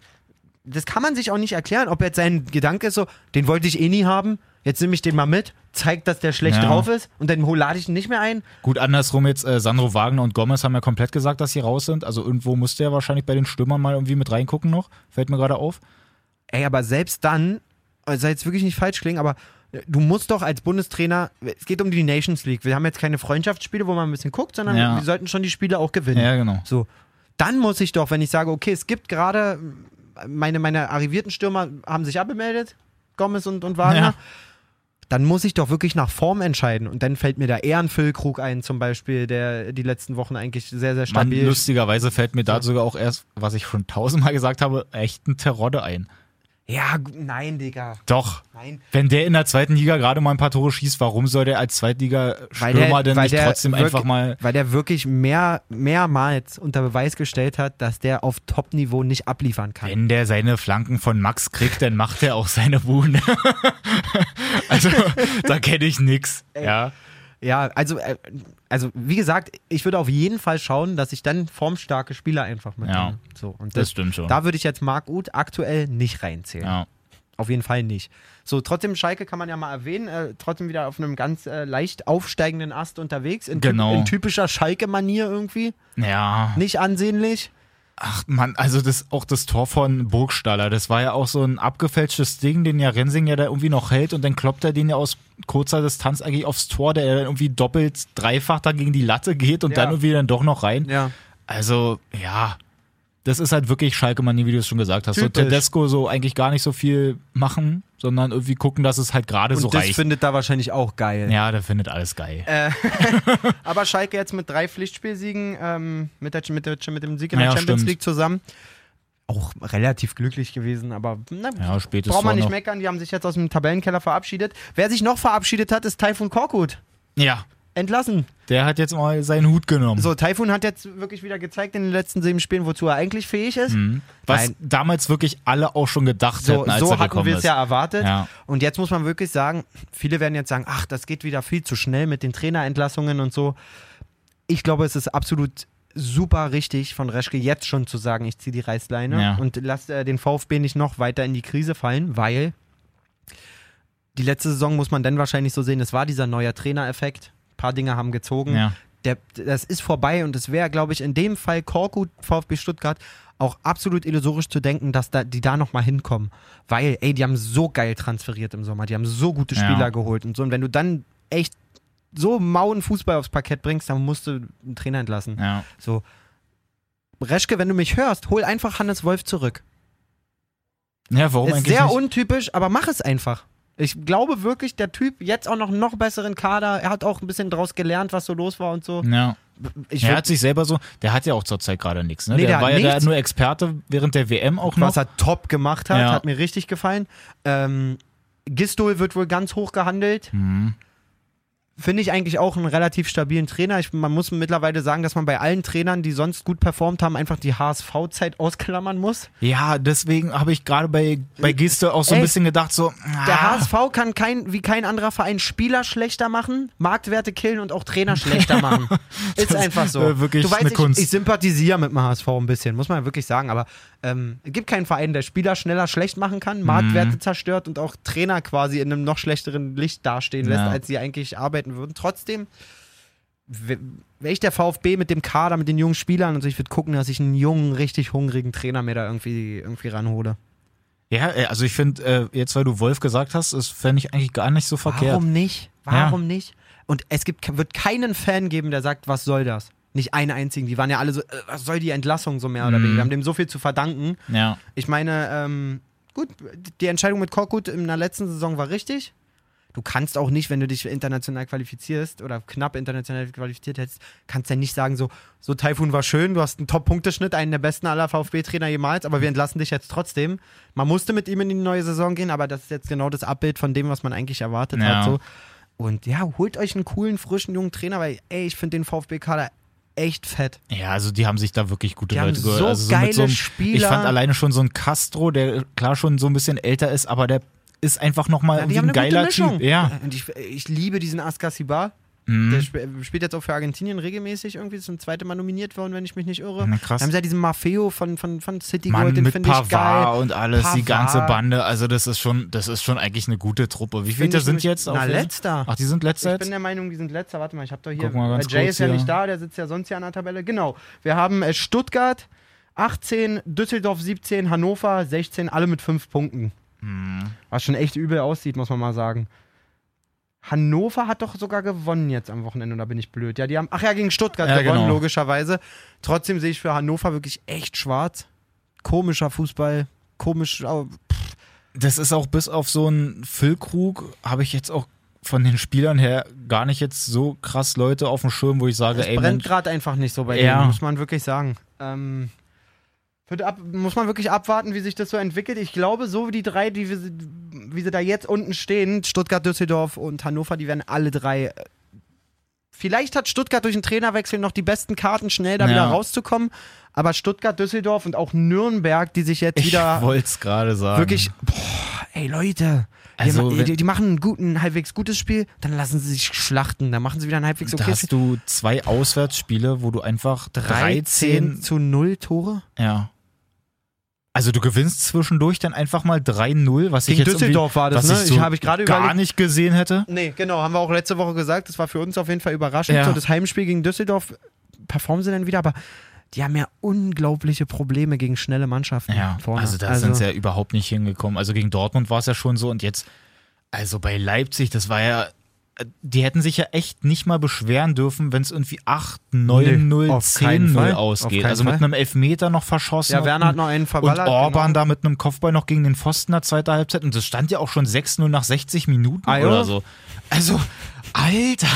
E: das kann man sich auch nicht erklären, ob jetzt sein Gedanke ist so, den wollte ich eh nie haben, jetzt nehme ich den mal mit, zeig, dass der schlecht
B: Ja.
E: drauf ist und dann hol- lade ich ihn nicht mehr ein.
B: Gut, andersrum jetzt, äh, Sandro Wagner und Gomez haben ja komplett gesagt, dass sie raus sind. Also irgendwo musste er wahrscheinlich bei den Stürmern mal irgendwie mit reingucken noch. Fällt mir gerade auf.
E: Ey, aber selbst dann, äh, soll jetzt wirklich nicht falsch klingen, aber äh, du musst doch als Bundestrainer, es geht um die Nations League, wir haben jetzt keine Freundschaftsspiele, wo man ein bisschen guckt, sondern
B: Ja.
E: wir sollten schon die Spiele auch gewinnen.
B: Ja, genau.
E: So, dann muss ich doch, wenn ich sage, okay, es gibt gerade meine, meine arrivierten Stürmer haben sich abgemeldet, Gomez und, und Wagner,
B: Ja.
E: dann muss ich doch wirklich nach Form entscheiden. Und dann fällt mir da eher ein Füllkrug ein, zum Beispiel, der die letzten Wochen eigentlich sehr, sehr
B: Mann,
E: stabil
B: lustigerweise fällt mir da sogar auch erst, was ich schon tausendmal gesagt habe, echt ein Terodde ein.
E: Ja, gu- nein, Digga.
B: Doch.
E: Nein.
B: Wenn der in der zweiten Liga gerade mal ein paar Tore schießt, warum soll der als Zweitliga-Stürmer denn nicht trotzdem
E: wirk-
B: einfach mal.
E: weil der wirklich mehr, mehrmals unter Beweis gestellt hat, dass der auf Top-Niveau nicht abliefern kann.
B: Wenn der seine Flanken von Max kriegt, dann macht er auch seine Buhne. [laughs] also, da kenne ich nix. Ja.
E: Ja, also, äh, also wie gesagt, ich würde auf jeden Fall schauen, dass ich dann formstarke Spieler einfach mitnehme.
B: Ja.
E: So, und
B: Das stimmt schon.
E: Da würde ich jetzt Marc Uth aktuell nicht reinzählen.
B: ja.
E: Auf jeden Fall nicht. So, trotzdem Schalke kann man ja mal erwähnen, äh, trotzdem wieder auf einem ganz äh, leicht aufsteigenden Ast unterwegs. In, typ-
B: Genau.
E: in typischer Schalke-Manier irgendwie.
B: Ja.
E: Nicht ansehnlich.
B: Ach Mann, also das, auch das Tor von Burgstaller, das war ja auch so ein abgefälschtes Ding, den ja Rensing ja da irgendwie noch hält und dann kloppt er den ja aus kurzer Distanz eigentlich aufs Tor, der ja dann irgendwie doppelt, dreifach da gegen die Latte geht und
E: Ja.
B: dann irgendwie dann doch noch rein.
E: Ja.
B: Also, ja, das ist halt wirklich Schalke-Manie, wie du es schon gesagt hast. So
E: Typisch.
B: Tedesco so eigentlich gar nicht so viel machen, sondern irgendwie gucken, dass es halt gerade
E: Und
B: so
E: das Äh,
B: reicht.
E: findet da wahrscheinlich auch geil.
B: Ja, der findet alles geil.
E: Aber Schalke jetzt mit drei Pflichtspielsiegen, ähm, mit, der, mit, der, mit dem Sieg in
B: Ja,
E: der Champions
B: stimmt.
E: League zusammen. Auch relativ glücklich gewesen, aber na,
B: ja, spätestens.
E: Braucht man nicht meckern, die haben sich jetzt aus dem Tabellenkeller verabschiedet. Wer sich noch verabschiedet hat, ist Taifun Korkut.
B: Ja,
E: Entlassen.
B: der hat jetzt mal seinen Hut genommen.
E: So, Taifun hat jetzt wirklich wieder gezeigt in den letzten sieben Spielen, wozu er eigentlich fähig ist.
B: was
E: nein.
B: damals wirklich alle auch schon gedacht
E: So,
B: hätten, ne, als
E: so
B: er
E: hatten
B: gekommen
E: wir es
B: ist.
E: ja erwartet.
B: Ja.
E: Und jetzt muss man wirklich sagen, viele werden jetzt sagen, ach, das geht wieder viel zu schnell mit den Trainerentlassungen und so. Ich glaube, es ist absolut super richtig von Reschke jetzt schon zu sagen, ich ziehe die Reißleine
B: Ja.
E: und lasse äh, den VfB nicht noch weiter in die Krise fallen, weil die letzte Saison muss man dann wahrscheinlich so sehen, es war dieser neuer Trainereffekt. Ein paar Dinge haben gezogen
B: Ja.
E: der, das ist vorbei und es wäre, glaube ich, in dem Fall Korkut, VfB Stuttgart, auch absolut illusorisch zu denken, dass da, die da nochmal hinkommen. Weil, ey, die haben so geil transferiert im Sommer, die haben so gute
B: Ja.
E: Spieler geholt und so. Und wenn du dann echt so mauen Fußball aufs Parkett bringst, dann musst du einen Trainer entlassen.
B: Ja.
E: So. Reschke, wenn du mich hörst, hol einfach Hannes Wolf zurück.
B: ja, warum
E: ist
B: eigentlich
E: sehr
B: nicht?
E: untypisch, aber mach es einfach. Ich glaube wirklich, der Typ jetzt auch noch einen noch besseren Kader. Er hat auch ein bisschen draus gelernt, was so los war und so.
B: ja.
E: Ich
B: Er
E: würd-
B: hat sich selber so, der hat ja auch zurzeit gerade nichts. Ne?
E: Nee,
B: der,
E: der hat
B: war ja da
E: nichts.
B: nur Experte während der WM auch noch.
E: was er top gemacht hat,
B: Ja.
E: hat mir richtig gefallen. Ähm, Gistol wird wohl ganz hoch gehandelt.
B: Mhm.
E: Finde ich eigentlich auch einen relativ stabilen Trainer. Ich, man muss mittlerweile sagen, dass man bei allen Trainern, die sonst gut performt haben, einfach die HSV-Zeit ausklammern muss.
B: Ja, deswegen habe ich gerade bei, bei Giste auch so ein
E: Ey,
B: bisschen gedacht, so.
E: Der
B: ah,
E: HSV kann kein, wie kein anderer Verein Spieler schlechter machen, Marktwerte killen und auch
B: [laughs]
E: Trainer schlechter machen. Ist einfach so.
B: äh, wirklich
E: du weißt,
B: eine
E: ich,
B: Kunst.
E: ich sympathisiere mit dem HSV ein bisschen, muss man wirklich sagen. Aber ähm, es gibt keinen Verein, der Spieler schneller schlecht machen
B: Mhm.
E: kann, Marktwerte zerstört und auch Trainer quasi in einem noch schlechteren Licht dastehen lässt,
B: Ja.
E: als sie eigentlich arbeiten würden. Trotzdem wäre ich der VfB mit dem Kader, mit den jungen Spielern und so, ich würde gucken, dass ich einen jungen, richtig hungrigen Trainer mir da irgendwie, irgendwie ranhole.
B: Ja, äh, also ich finde, äh, jetzt weil du Wolf gesagt hast, das fände ich eigentlich gar nicht so verkehrt.
E: Warum nicht? Warum nicht? Und es gibt, wird keinen Fan geben, der sagt, was soll das? Nicht einen einzigen. Die waren ja alle so, äh, was soll die Entlassung so mehr oder weniger? Wir haben dem so viel zu verdanken.
B: Ja.
E: Ich meine, ähm, gut, die Entscheidung mit Korkut in der letzten Saison war richtig. Du kannst auch nicht, wenn du dich international qualifizierst oder knapp international qualifiziert hättest, kannst ja nicht sagen, so, so Taifun war schön, du hast einen Top-Punkteschnitt, einen der besten aller VfB-Trainer jemals, aber wir entlassen dich jetzt trotzdem. Man musste mit ihm in die neue Saison gehen, aber das ist jetzt genau das Abbild von dem, was man eigentlich erwartet
B: Ja.
E: hat. So. Und ja, holt euch einen coolen, frischen, jungen Trainer, weil, ey, ich finde den VfB-Kader echt fett.
B: Ja, also die haben sich da wirklich gute
E: Die haben
B: Leute geholt.
E: so
B: also
E: geile
B: mit so einem, Ich
E: Spieler.
B: fand alleine schon so ein Castro, der klar schon so ein bisschen älter ist, aber der ist einfach nochmal
E: Ja,
B: irgendwie ein geiler Typ. Ja. Mhm.
E: Und ich, ich liebe diesen Askasibar.
B: Hm?
E: Der sp äh, spielt jetzt auch für Argentinien regelmäßig irgendwie, ist zum zweiten Mal nominiert worden, wenn ich mich nicht irre.
B: Na, krass.
E: Da haben sie ja diesen Maffeo von, von, von City
B: Hm. Mann,
E: Gold, den
B: mit
E: finde ich geil.
B: Pavard und alles, die ganze
E: Pavard.
B: Bande. Also, das ist schon, das ist schon eigentlich eine gute Truppe. Wie
E: Find
B: viele
E: ich
B: sind
E: nämlich-
B: jetzt?
E: Na,
B: auf jeden-
E: letzter.
B: Ach, die sind letzter
E: Ich bin
B: jetzt?
E: der Meinung, die sind letzter. Warte mal, ich habe doch hier.
B: Guck mal ganz
E: äh, Jay
B: kurz
E: ist ja
B: hier.
E: nicht da, der sitzt ja sonst hier an der Tabelle. Genau. Wir haben äh, Stuttgart 18, Düsseldorf 17, Hannover 16, alle mit 5 Punkten. Was schon echt übel aussieht, muss man mal sagen. Hannover hat doch sogar gewonnen jetzt am Wochenende, oder bin ich blöd? Ja, die haben. Ach ja, gegen Stuttgart
B: Ja,
E: gewonnen,
B: genau.
E: logischerweise. Trotzdem sehe ich für Hannover wirklich echt schwarz. Komischer Fußball. Komisch. aber-
B: Das ist auch bis auf so einen Füllkrug, habe ich jetzt auch von den Spielern her gar nicht jetzt so krass Leute auf dem Schirm, wo ich sage,
E: Es
B: ey,
E: brennt
B: Mensch,
E: gerade einfach nicht so bei
B: Ja.
E: denen, muss man wirklich sagen. Ähm, wird ab, muss man wirklich abwarten, wie sich das so entwickelt. Ich glaube, so wie die drei, die wir, wie sie da jetzt unten stehen, Stuttgart, Düsseldorf und Hannover, die werden alle drei. äh, Vielleicht hat Stuttgart durch den Trainerwechsel noch die besten Karten, schnell da
B: Ja.
E: wieder rauszukommen. Aber Stuttgart, Düsseldorf und auch Nürnberg, die sich jetzt
B: ich
E: wieder
B: wollte es gerade sagen.
E: wirklich, boah, ey Leute,
B: Also,
E: die, ma-
B: wenn-
E: die, die machen ein guten, halbwegs gutes Spiel, dann lassen sie sich schlachten, dann machen sie wieder ein halbwegs
B: Da
E: okayes
B: hast du zwei Auswärtsspiele, wo du einfach 13
E: 13 zu 0 Tore?
B: Ja. Also du gewinnst zwischendurch dann einfach mal 3-0, was ich
E: Gegen
B: jetzt irgendwie-
E: Düsseldorf war das,
B: was
E: ne?
B: ich so
E: Ich habe ich gerade
B: gar
E: überlegt.
B: nicht gesehen hätte.
E: Nee, genau, haben wir auch letzte Woche gesagt, das war für uns auf jeden Fall überraschend.
B: Ja.
E: So das Heimspiel gegen Düsseldorf performen sie dann wieder, aber die haben ja unglaubliche Probleme gegen schnelle Mannschaften
B: Ja,
E: vorne.
B: also da sind sie ja überhaupt nicht hingekommen. Also gegen Dortmund war es ja schon so und jetzt, also bei Leipzig, das war ja, äh, die hätten sich ja echt nicht mal beschweren dürfen, wenn es irgendwie 8, 9, 0,
E: Nee, auf keinen
B: 10, 0
E: Fall. Auf
B: ausgeht.
E: keinen
B: Also mit
E: Fall.
B: einem Elfmeter noch verschossen.
E: ja, Werner hat
B: und-
E: noch einen
B: und
E: verballert.
B: Orban
E: genau.
B: da mit einem Kopfball noch gegen den Pfosten der zweiten Halbzeit. Und das stand ja auch schon 6-0 nach 60 Minuten
E: Ah, ja?
B: oder so. Also, Alter.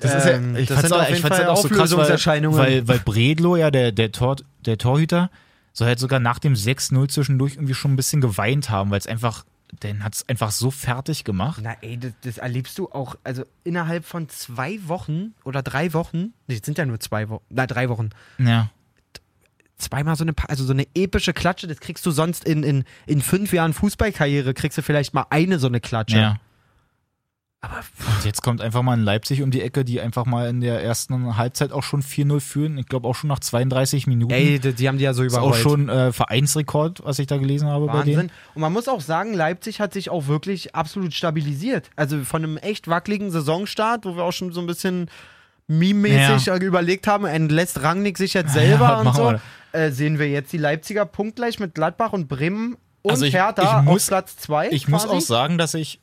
B: Das
E: Ähm,
B: ist ja, ich
E: das
B: fand's
E: sind
B: auch,
E: auf
B: ich
E: jeden
B: fand's
E: Fall
B: halt auch so krass, weil,
E: Auflösungserscheinungen.
B: weil, weil Bredlo, ja, der, der, Tor, der Torhüter, soll halt sogar nach dem 6-0 zwischendurch irgendwie schon ein bisschen geweint haben, weil es einfach, den hat's einfach so fertig gemacht.
E: Na ey, das, das erlebst du auch, also innerhalb von zwei Wochen oder drei Wochen, nee, es sind ja nur zwei Wochen, na drei Wochen,
B: Ja.
E: zweimal so eine, Pa- also so eine epische Klatsche, das kriegst du sonst in, in, in fünf Jahren Fußballkarriere, kriegst du vielleicht mal eine so eine Klatsche.
B: ja.
E: Aber
B: Und jetzt kommt einfach mal in Leipzig um die Ecke, die einfach mal in der ersten Halbzeit auch schon 4-0 führen. Ich glaube auch schon nach 32 Minuten.
E: ey, die, die haben die ja so
B: Ist auch
E: überrollt.
B: schon äh, Vereinsrekord, was ich da gelesen habe bei denen.
E: Wahnsinn. Und man muss auch sagen, Leipzig hat sich auch wirklich absolut stabilisiert. Also von einem echt wackeligen Saisonstart, wo wir auch schon so ein bisschen meme-mäßig äh, überlegt haben, entlässt Rangnick sich jetzt selber
B: Ja,
E: und
B: machen
E: so,
B: wir
E: äh, sehen wir jetzt die Leipziger punktgleich mit Gladbach und Bremen und
B: Also ich-
E: Hertha
B: ich muss-
E: auf Platz 2.
B: Ich muss auch sagen, dass ich,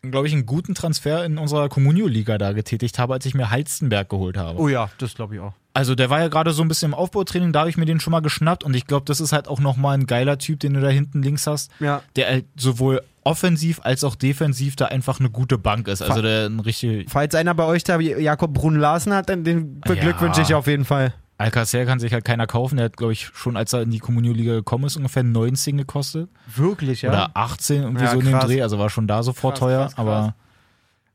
B: glaube ich, einen guten Transfer in unserer Communio-Liga da getätigt habe, als ich mir Halstenberg geholt habe.
E: Oh ja, das glaube ich auch.
B: Also der war ja gerade so ein bisschen im Aufbautraining, da habe ich mir den schon mal geschnappt und ich glaube, das ist halt auch nochmal ein geiler Typ, den du da hinten links hast,
E: Ja.
B: der halt sowohl offensiv als auch defensiv da einfach eine gute Bank ist. Also
E: Fa-
B: der ein richtig
E: Falls einer bei euch da Jakob Brun Larsen hat, dann den beglückwünsche ich auf jeden Fall.
B: Alcacer kann sich halt keiner kaufen. Der hat, glaube ich, schon als er in die Communio-Liga gekommen ist, ungefähr 19 gekostet.
E: Wirklich, ja.
B: Oder 18, irgendwie
E: Ja,
B: so in dem
E: krass.
B: Dreh. Also war schon da sofort
E: Krass,
B: teuer,
E: krass, krass.
B: aber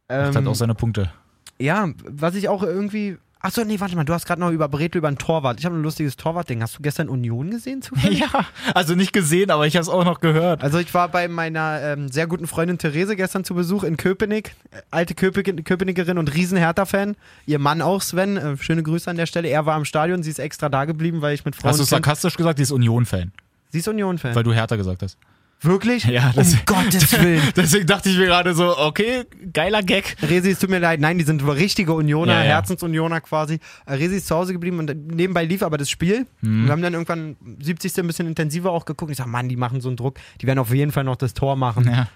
E: ähm,
B: macht halt auch seine
E: [laughs]
B: Punkte.
E: Ja, was ich auch irgendwie. Achso, nee, warte mal, du hast gerade noch über Bredlo über einen Torwart. Ich habe ein lustiges Torwart-Ding. Hast du gestern Union
B: [laughs]
E: gesehen zufällig?
B: Ja, also nicht gesehen, aber ich habe es auch noch gehört.
E: Also ich war bei meiner ähm, sehr guten Freundin Therese gestern zu Besuch in Köpenick. Äh, Alte Köpe- Köpenickerin und Riesen-Hertha-Fan. Ihr Mann auch, Sven. Äh, schöne Grüße an der Stelle. Er war am Stadion, sie ist extra da geblieben, weil ich mit Frauen...
B: Hast du sarkastisch gesagt, die ist Union-Fan,
E: sie ist Union-Fan.
B: weil du Hertha gesagt hast.
E: Wirklich?
B: Ja, das-
E: um Gottes Willen.
B: [laughs] Deswegen dachte ich mir gerade so, okay, geiler Gag.
E: Resi, es tut mir leid. Nein, die sind richtige Unioner,
B: Ja, ja.
E: Herzensunioner quasi. Äh, Resi ist zu Hause geblieben und nebenbei lief aber das Spiel.
B: Mhm.
E: Wir haben dann irgendwann 70. ein bisschen intensiver auch geguckt. Ich sag, Mann, die machen so einen Druck. Die werden auf jeden Fall noch das Tor machen.
B: Ja.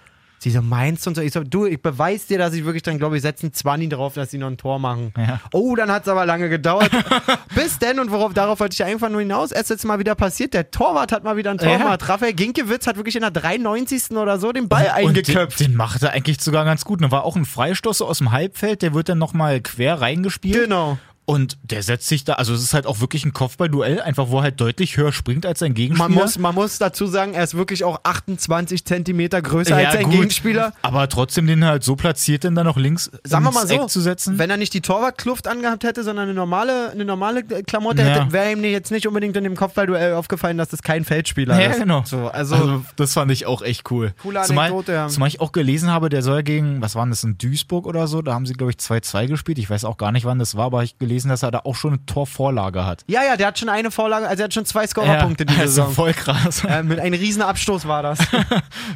E: Sie so, meinst du? Und so, ich so, du, ich beweis dir, dass ich wirklich dann, glaube ich, setzen 20 drauf, dass sie noch ein Tor machen.
B: Ja.
E: Oh, dann hat es aber lange gedauert. [laughs] Bis denn, und worauf, darauf wollte ich einfach nur hinaus, es ist jetzt mal wieder passiert, der Torwart hat mal wieder ein Tor
B: Ja.
E: gemacht. Raphael Ginkiewicz hat wirklich in der 93. oder so den Ball
B: Und
E: eingeköpft.
B: Den, den macht er eigentlich sogar ganz gut. Da war auch ein Freistoß so aus dem Halbfeld, der wird dann nochmal quer reingespielt.
E: Genau.
B: Und der setzt sich da, also es ist halt auch wirklich ein Kopfballduell, einfach wo er halt deutlich höher springt als sein Gegenspieler.
E: Man muss, man muss dazu sagen, er ist wirklich auch 28 Zentimeter größer als sein
B: gut.
E: Gegenspieler.
B: Aber trotzdem den halt so platziert, den dann noch links
E: Sagen wir
B: ins
E: mal so,
B: Eck zu setzen.
E: wenn er nicht die Torwartkluft angehabt hätte, sondern eine normale, eine normale Klamotte
B: Ja.
E: hätte, wäre ihm jetzt nicht unbedingt in dem Kopfballduell aufgefallen, dass das kein Feldspieler
B: Ja,
E: ist.
B: genau.
E: So, also,
B: Also, das fand ich auch echt cool.
E: Coole
B: zumal,
E: Anekdote, ja.
B: Zumal ich auch gelesen habe, der soll gegen, was waren das, in Duisburg oder so, da haben sie, glaube ich, 2-2 gespielt. Ich weiß auch gar nicht, wann das war, aber ich gelesen, dass er da auch schon eine Torvorlage hat.
E: ja, ja, der hat schon eine Vorlage, also er hat schon zwei Scorerpunkte
B: [laughs]
E: diese
B: also
E: Saison.
B: voll krass.
E: Äh, mit einem riesen Abstoß war
B: [laughs]
E: das.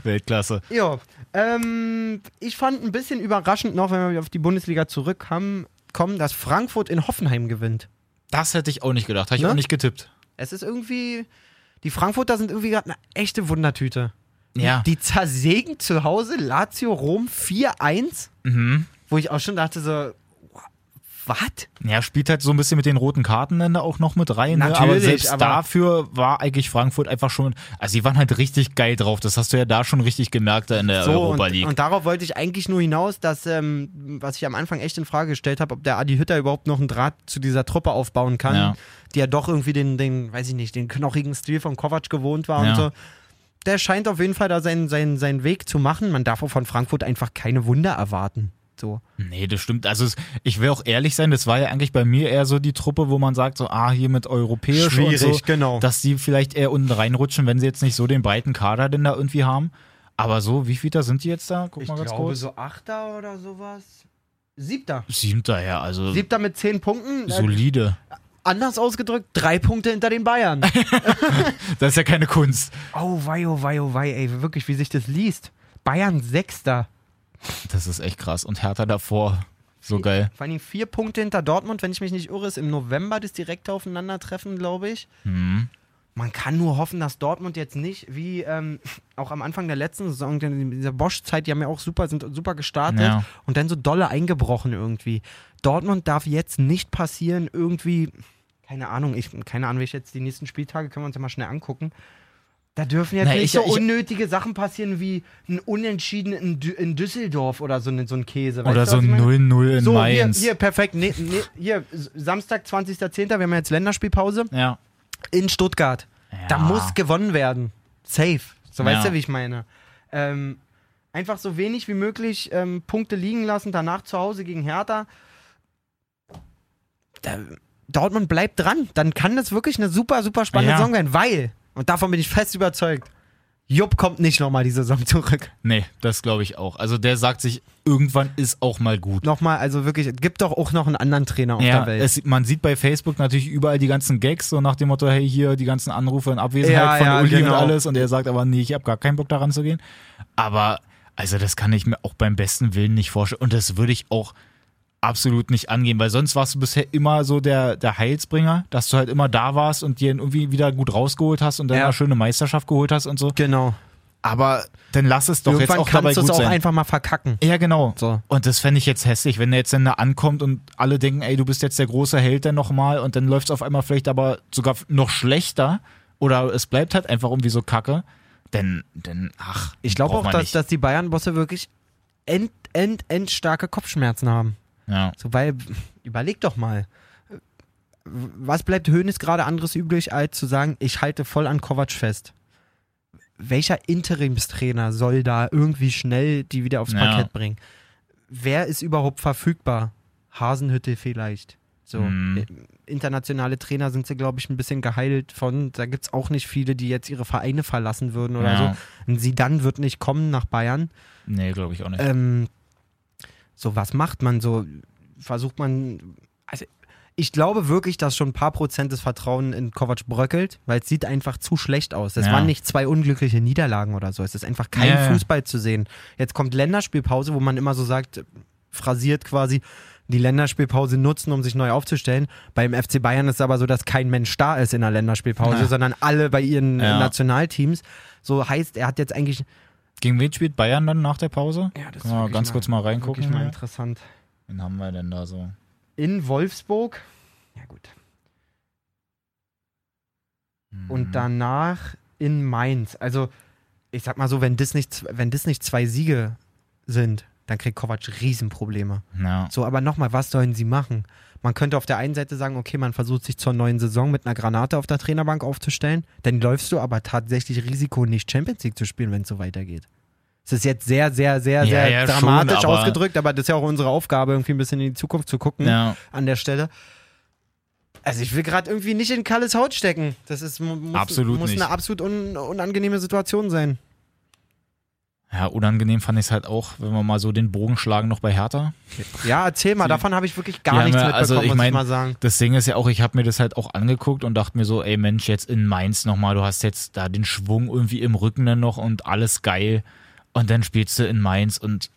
B: Weltklasse.
E: Ja, ähm, ich fand ein bisschen überraschend noch, wenn wir wieder auf die Bundesliga zurückkommen, kommen, dass Frankfurt in Hoffenheim gewinnt.
B: Das hätte ich auch nicht gedacht. Habe ich
E: Ne?
B: auch nicht getippt.
E: Es ist irgendwie, die Frankfurter sind irgendwie gerade eine echte Wundertüte.
B: Ja.
E: Die zersägen zu Hause Lazio Rom 4-1,
B: Mhm.
E: wo ich auch schon dachte so, was?
B: Ja, spielt halt so ein bisschen mit den roten Karten dann da auch noch mit rein. Ne? Aber
E: Natürlich,
B: selbst
E: aber-
B: dafür war eigentlich Frankfurt einfach schon, also die waren halt richtig geil drauf. Das hast du ja da schon richtig gemerkt da in der
E: So,
B: Europa
E: und,
B: League.
E: und darauf wollte ich eigentlich nur hinaus, dass, ähm, was ich am Anfang echt in Frage gestellt habe, ob der Adi Hütter überhaupt noch einen Draht zu dieser Truppe aufbauen kann,
B: Ja.
E: die ja doch irgendwie den, den, weiß ich nicht, den knochigen Stil von Kovac gewohnt war
B: Ja.
E: und so. Der scheint auf jeden Fall da seinen, seinen, seinen Weg zu machen. Man darf auch von Frankfurt einfach keine Wunder erwarten. So.
B: Nee, das stimmt. Also es, ich will auch ehrlich sein, das war ja eigentlich bei mir eher so die Truppe, wo man sagt, so, ah, hier mit europäisch und so,
E: Schwierig, genau.
B: dass die vielleicht eher unten reinrutschen, wenn sie jetzt nicht so den breiten Kader denn da irgendwie haben. Aber so, wie viel da sind die jetzt da? Guck mal ganz kurz.
E: so Achter oder sowas. Siebter.
B: Siebter, ja, also
E: Siebter mit zehn Punkten. Äh,
B: solide.
E: anders ausgedrückt, drei Punkte hinter den Bayern.
B: Das ist ja keine Kunst.
E: [laughs] oh wei, oh wei, oh wei, ey, wirklich, wie sich das liest. Bayern Sechster.
B: Das ist echt krass. Und Hertha davor. So geil.
E: Vor allen Dingen vier Punkte hinter Dortmund, wenn ich mich nicht irre, ist im November das direkte Aufeinandertreffen, glaube ich.
B: Mhm.
E: Man kann nur hoffen, dass Dortmund jetzt nicht, wie ähm, auch am Anfang der letzten Saison, denn in dieser Bosch-Zeit, die haben ja auch super, sind super gestartet
B: Ja.
E: und dann so dolle eingebrochen irgendwie. Dortmund darf jetzt nicht passieren, irgendwie, keine Ahnung, ich, keine Ahnung, wie ich jetzt die nächsten Spieltage, können wir uns ja mal schnell angucken. Da dürfen jetzt
B: Na,
E: nicht
B: ich-
E: so
B: ich-
E: unnötige Sachen passieren wie ein Unentschieden in, Dü in Düsseldorf oder so, ne- so ein Käse. weißt
B: Oder
E: du,
B: so
E: was ich
B: ein
E: meine?
B: 0-0 in
E: so,
B: Mainz.
E: Hier, hier, perfekt. Nee, nee, hier, S- Samstag, 20.10. Wir haben ja jetzt Länderspielpause
B: Ja.
E: in Stuttgart. Da
B: Ja.
E: muss gewonnen werden. Safe. So
B: Ja.
E: weißt du, wie ich meine. Ähm, einfach so wenig wie möglich ähm, Punkte liegen lassen, danach zu Hause gegen Hertha. Da, Dortmund bleibt dran. Dann kann das wirklich eine super, super spannende
B: Ja.
E: Saison werden, weil, und davon bin ich fest überzeugt, Jupp kommt nicht nochmal die Saison zurück.
B: Nee, das glaube ich auch. Also der sagt sich, irgendwann ist auch mal gut.
E: Nochmal, also wirklich, es gibt doch auch noch einen anderen Trainer auf der Welt.
B: Es, man sieht bei Facebook natürlich überall die ganzen Gags, so nach dem Motto, hey, hier die ganzen Anrufe in Abwesenheit
E: Ja,
B: von
E: ja,
B: Uli und
E: genau.
B: alles. Und er sagt aber, nee, ich habe gar keinen Bock daran zu gehen. Aber, also das kann ich mir auch beim besten Willen nicht vorstellen. Und das würde ich auch absolut nicht angehen, weil sonst warst du bisher immer so der, der Heilsbringer, dass du halt immer da warst und dir irgendwie wieder gut rausgeholt hast und dann
E: Ja.
B: eine schöne Meisterschaft geholt hast und so.
E: genau.
B: Aber dann lass es doch
E: Irgendwann
B: jetzt auch dabei
E: kannst du
B: gut
E: es auch
B: sein.
E: einfach mal verkacken.
B: Ja, genau.
E: So.
B: Und das fände ich jetzt hässlich, wenn der jetzt dann da ankommt und alle denken, ey, du bist jetzt der große Held dann nochmal und dann läuft es auf einmal vielleicht aber sogar noch schlechter oder es bleibt halt einfach irgendwie so kacke. Denn, denn ach,
E: Ich glaube
B: braucht
E: auch,
B: man
E: dass,
B: nicht.
E: dass die Bayern-Bosse wirklich end, end, end starke Kopfschmerzen haben.
B: Ja.
E: So, weil, überleg doch mal. Was bleibt Hönes gerade anderes übrig, als zu sagen, ich halte voll an Kovac fest? Welcher Interimstrainer soll da irgendwie schnell die wieder aufs
B: Ja.
E: Parkett bringen? Wer ist überhaupt verfügbar? Hasenhütte vielleicht. So,
B: Hm.
E: äh, internationale Trainer sind sie, glaube ich, ein bisschen geheilt von. Da gibt es auch nicht viele, die jetzt ihre Vereine verlassen würden oder
B: Ja.
E: so. Ein Sidan wird nicht kommen nach Bayern.
B: Nee, glaube ich auch nicht.
E: Ähm, so, was macht man so? Versucht man. Also, ich glaube wirklich, dass schon ein paar Prozent das Vertrauen in Kovac bröckelt, weil es sieht einfach zu schlecht aus. Das
B: Ja.
E: waren nicht zwei unglückliche Niederlagen oder so. Es ist einfach kein
B: Ja, ja.
E: Fußball zu sehen. Jetzt kommt Länderspielpause, wo man immer so sagt, phrasiert quasi, die Länderspielpause nutzen, um sich neu aufzustellen. Beim FC Bayern ist es aber so, dass kein Mensch da ist in der Länderspielpause,
B: Ja.
E: sondern alle bei ihren äh,
B: Ja.
E: Nationalteams. So heißt, er hat jetzt eigentlich
B: Gegen wen spielt Bayern dann nach der Pause?
E: Ja, das ist
B: Können wir
E: wirklich
B: ganz
E: mal-
B: kurz mal
E: wirklich
B: reingucken.
E: mal
B: hier.
E: interessant.
B: Wen haben wir denn da so?
E: in Wolfsburg. Ja, gut.
B: Hm. Mhm.
E: Und danach in Mainz. Also, ich sag mal so, wenn das nicht, wenn das nicht zwei Siege sind, dann kriegt Kovac Riesenprobleme.
B: Ja.
E: So, aber nochmal, was sollen sie machen? Man könnte auf der einen Seite sagen, okay, man versucht sich zur neuen Saison mit einer Granate auf der Trainerbank aufzustellen. Dann läufst du aber tatsächlich Risiko, nicht Champions League zu spielen, wenn es so weitergeht. Es ist jetzt sehr, sehr, sehr,
B: Ja,
E: sehr
B: ja, schon,
E: dramatisch
B: aber-
E: ausgedrückt, aber das ist ja auch unsere Aufgabe, irgendwie ein bisschen in die Zukunft zu gucken
B: Ja.
E: an der Stelle. Also ich will gerade irgendwie nicht in Kalles Haut stecken. Das ist mu- muss,
B: Absolut
E: muss
B: nicht.
E: eine absolut un, unangenehme Situation sein.
B: ja, unangenehm fand ich es halt auch, wenn wir mal so den Bogen schlagen noch bei Hertha.
E: Ja, erzähl mal, davon habe ich wirklich gar
B: Die haben
E: nichts
B: ja-
E: mitbekommen,
B: also ich
E: muss
B: mein-
E: ich mal sagen.
B: Das Ding ist ja auch, ich habe mir das halt auch angeguckt und dachte mir so, ey Mensch, jetzt in Mainz nochmal, du hast jetzt da den Schwung irgendwie im Rücken dann noch und alles geil. Und dann spielst du in Mainz und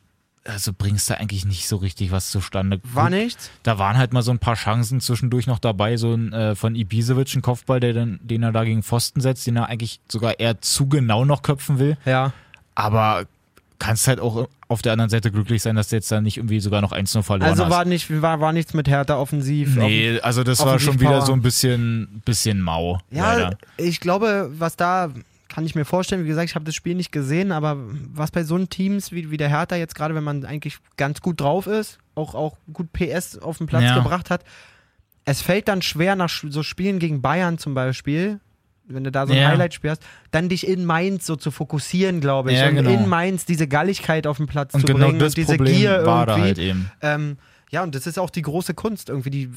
B: also bringst da eigentlich nicht so richtig was zustande.
E: War
B: Gut,
E: nichts?
B: Da waren halt mal so ein paar Chancen zwischendurch noch dabei, so ein äh, von Ibisevic, ein Kopfball, der dann, den er da gegen Pfosten setzt, den er eigentlich sogar eher zu genau noch köpfen will.
E: Ja.
B: Aber kannst halt auch auf der anderen Seite glücklich sein, dass du jetzt da nicht irgendwie sogar noch 1-0 verloren
E: Also
B: hast.
E: war, nicht, war, war nichts mit Hertha offensiv.
B: Nee, also das war schon
E: offensiv
B: wieder
E: Power.
B: so ein bisschen, bisschen mau.
E: Ja,
B: leider.
E: ich glaube, was da kann ich mir vorstellen, wie gesagt, ich habe das Spiel nicht gesehen, aber was bei so einem Teams wie, wie der Hertha jetzt gerade, wenn man eigentlich ganz gut drauf ist, auch, auch gut PS auf den Platz
B: Ja.
E: gebracht hat, es fällt dann schwer nach Sch- so Spielen gegen Bayern zum Beispiel, wenn du da so ein
B: Ja.
E: Highlight spielst, dann dich in Mainz so zu fokussieren, glaube ich,
B: Ja,
E: und
B: genau.
E: in Mainz diese Galligkeit auf den Platz
B: Und
E: zu
B: genau
E: bringen
B: das
E: und diese
B: Problem
E: Gier
B: war da
E: irgendwie.
B: halt eben.
E: Ähm, ja, und das ist auch die große Kunst, irgendwie die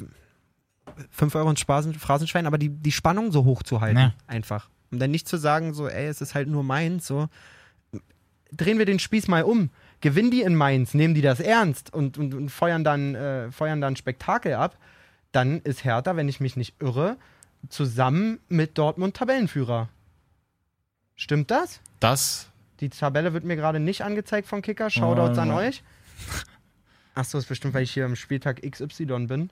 E: 5 Euro ins Spasen- Phrasenschwein, aber die, die Spannung so hoch zu halten,
B: Ja.
E: einfach. Um dann nicht zu sagen, so, ey, es ist halt nur Mainz, so. Drehen wir den Spieß mal um. Gewinnen die in Mainz, nehmen die das ernst und, und, und feuern, dann, äh, feuern dann Spektakel ab, dann ist Hertha, wenn ich mich nicht irre, zusammen mit Dortmund Tabellenführer. Stimmt das?
B: Das,
E: Die Tabelle wird mir gerade nicht angezeigt von Kicker. Shoutouts
B: Ah,
E: an
B: ja.
E: euch. Achso, ist bestimmt, weil ich hier am Spieltag XY bin.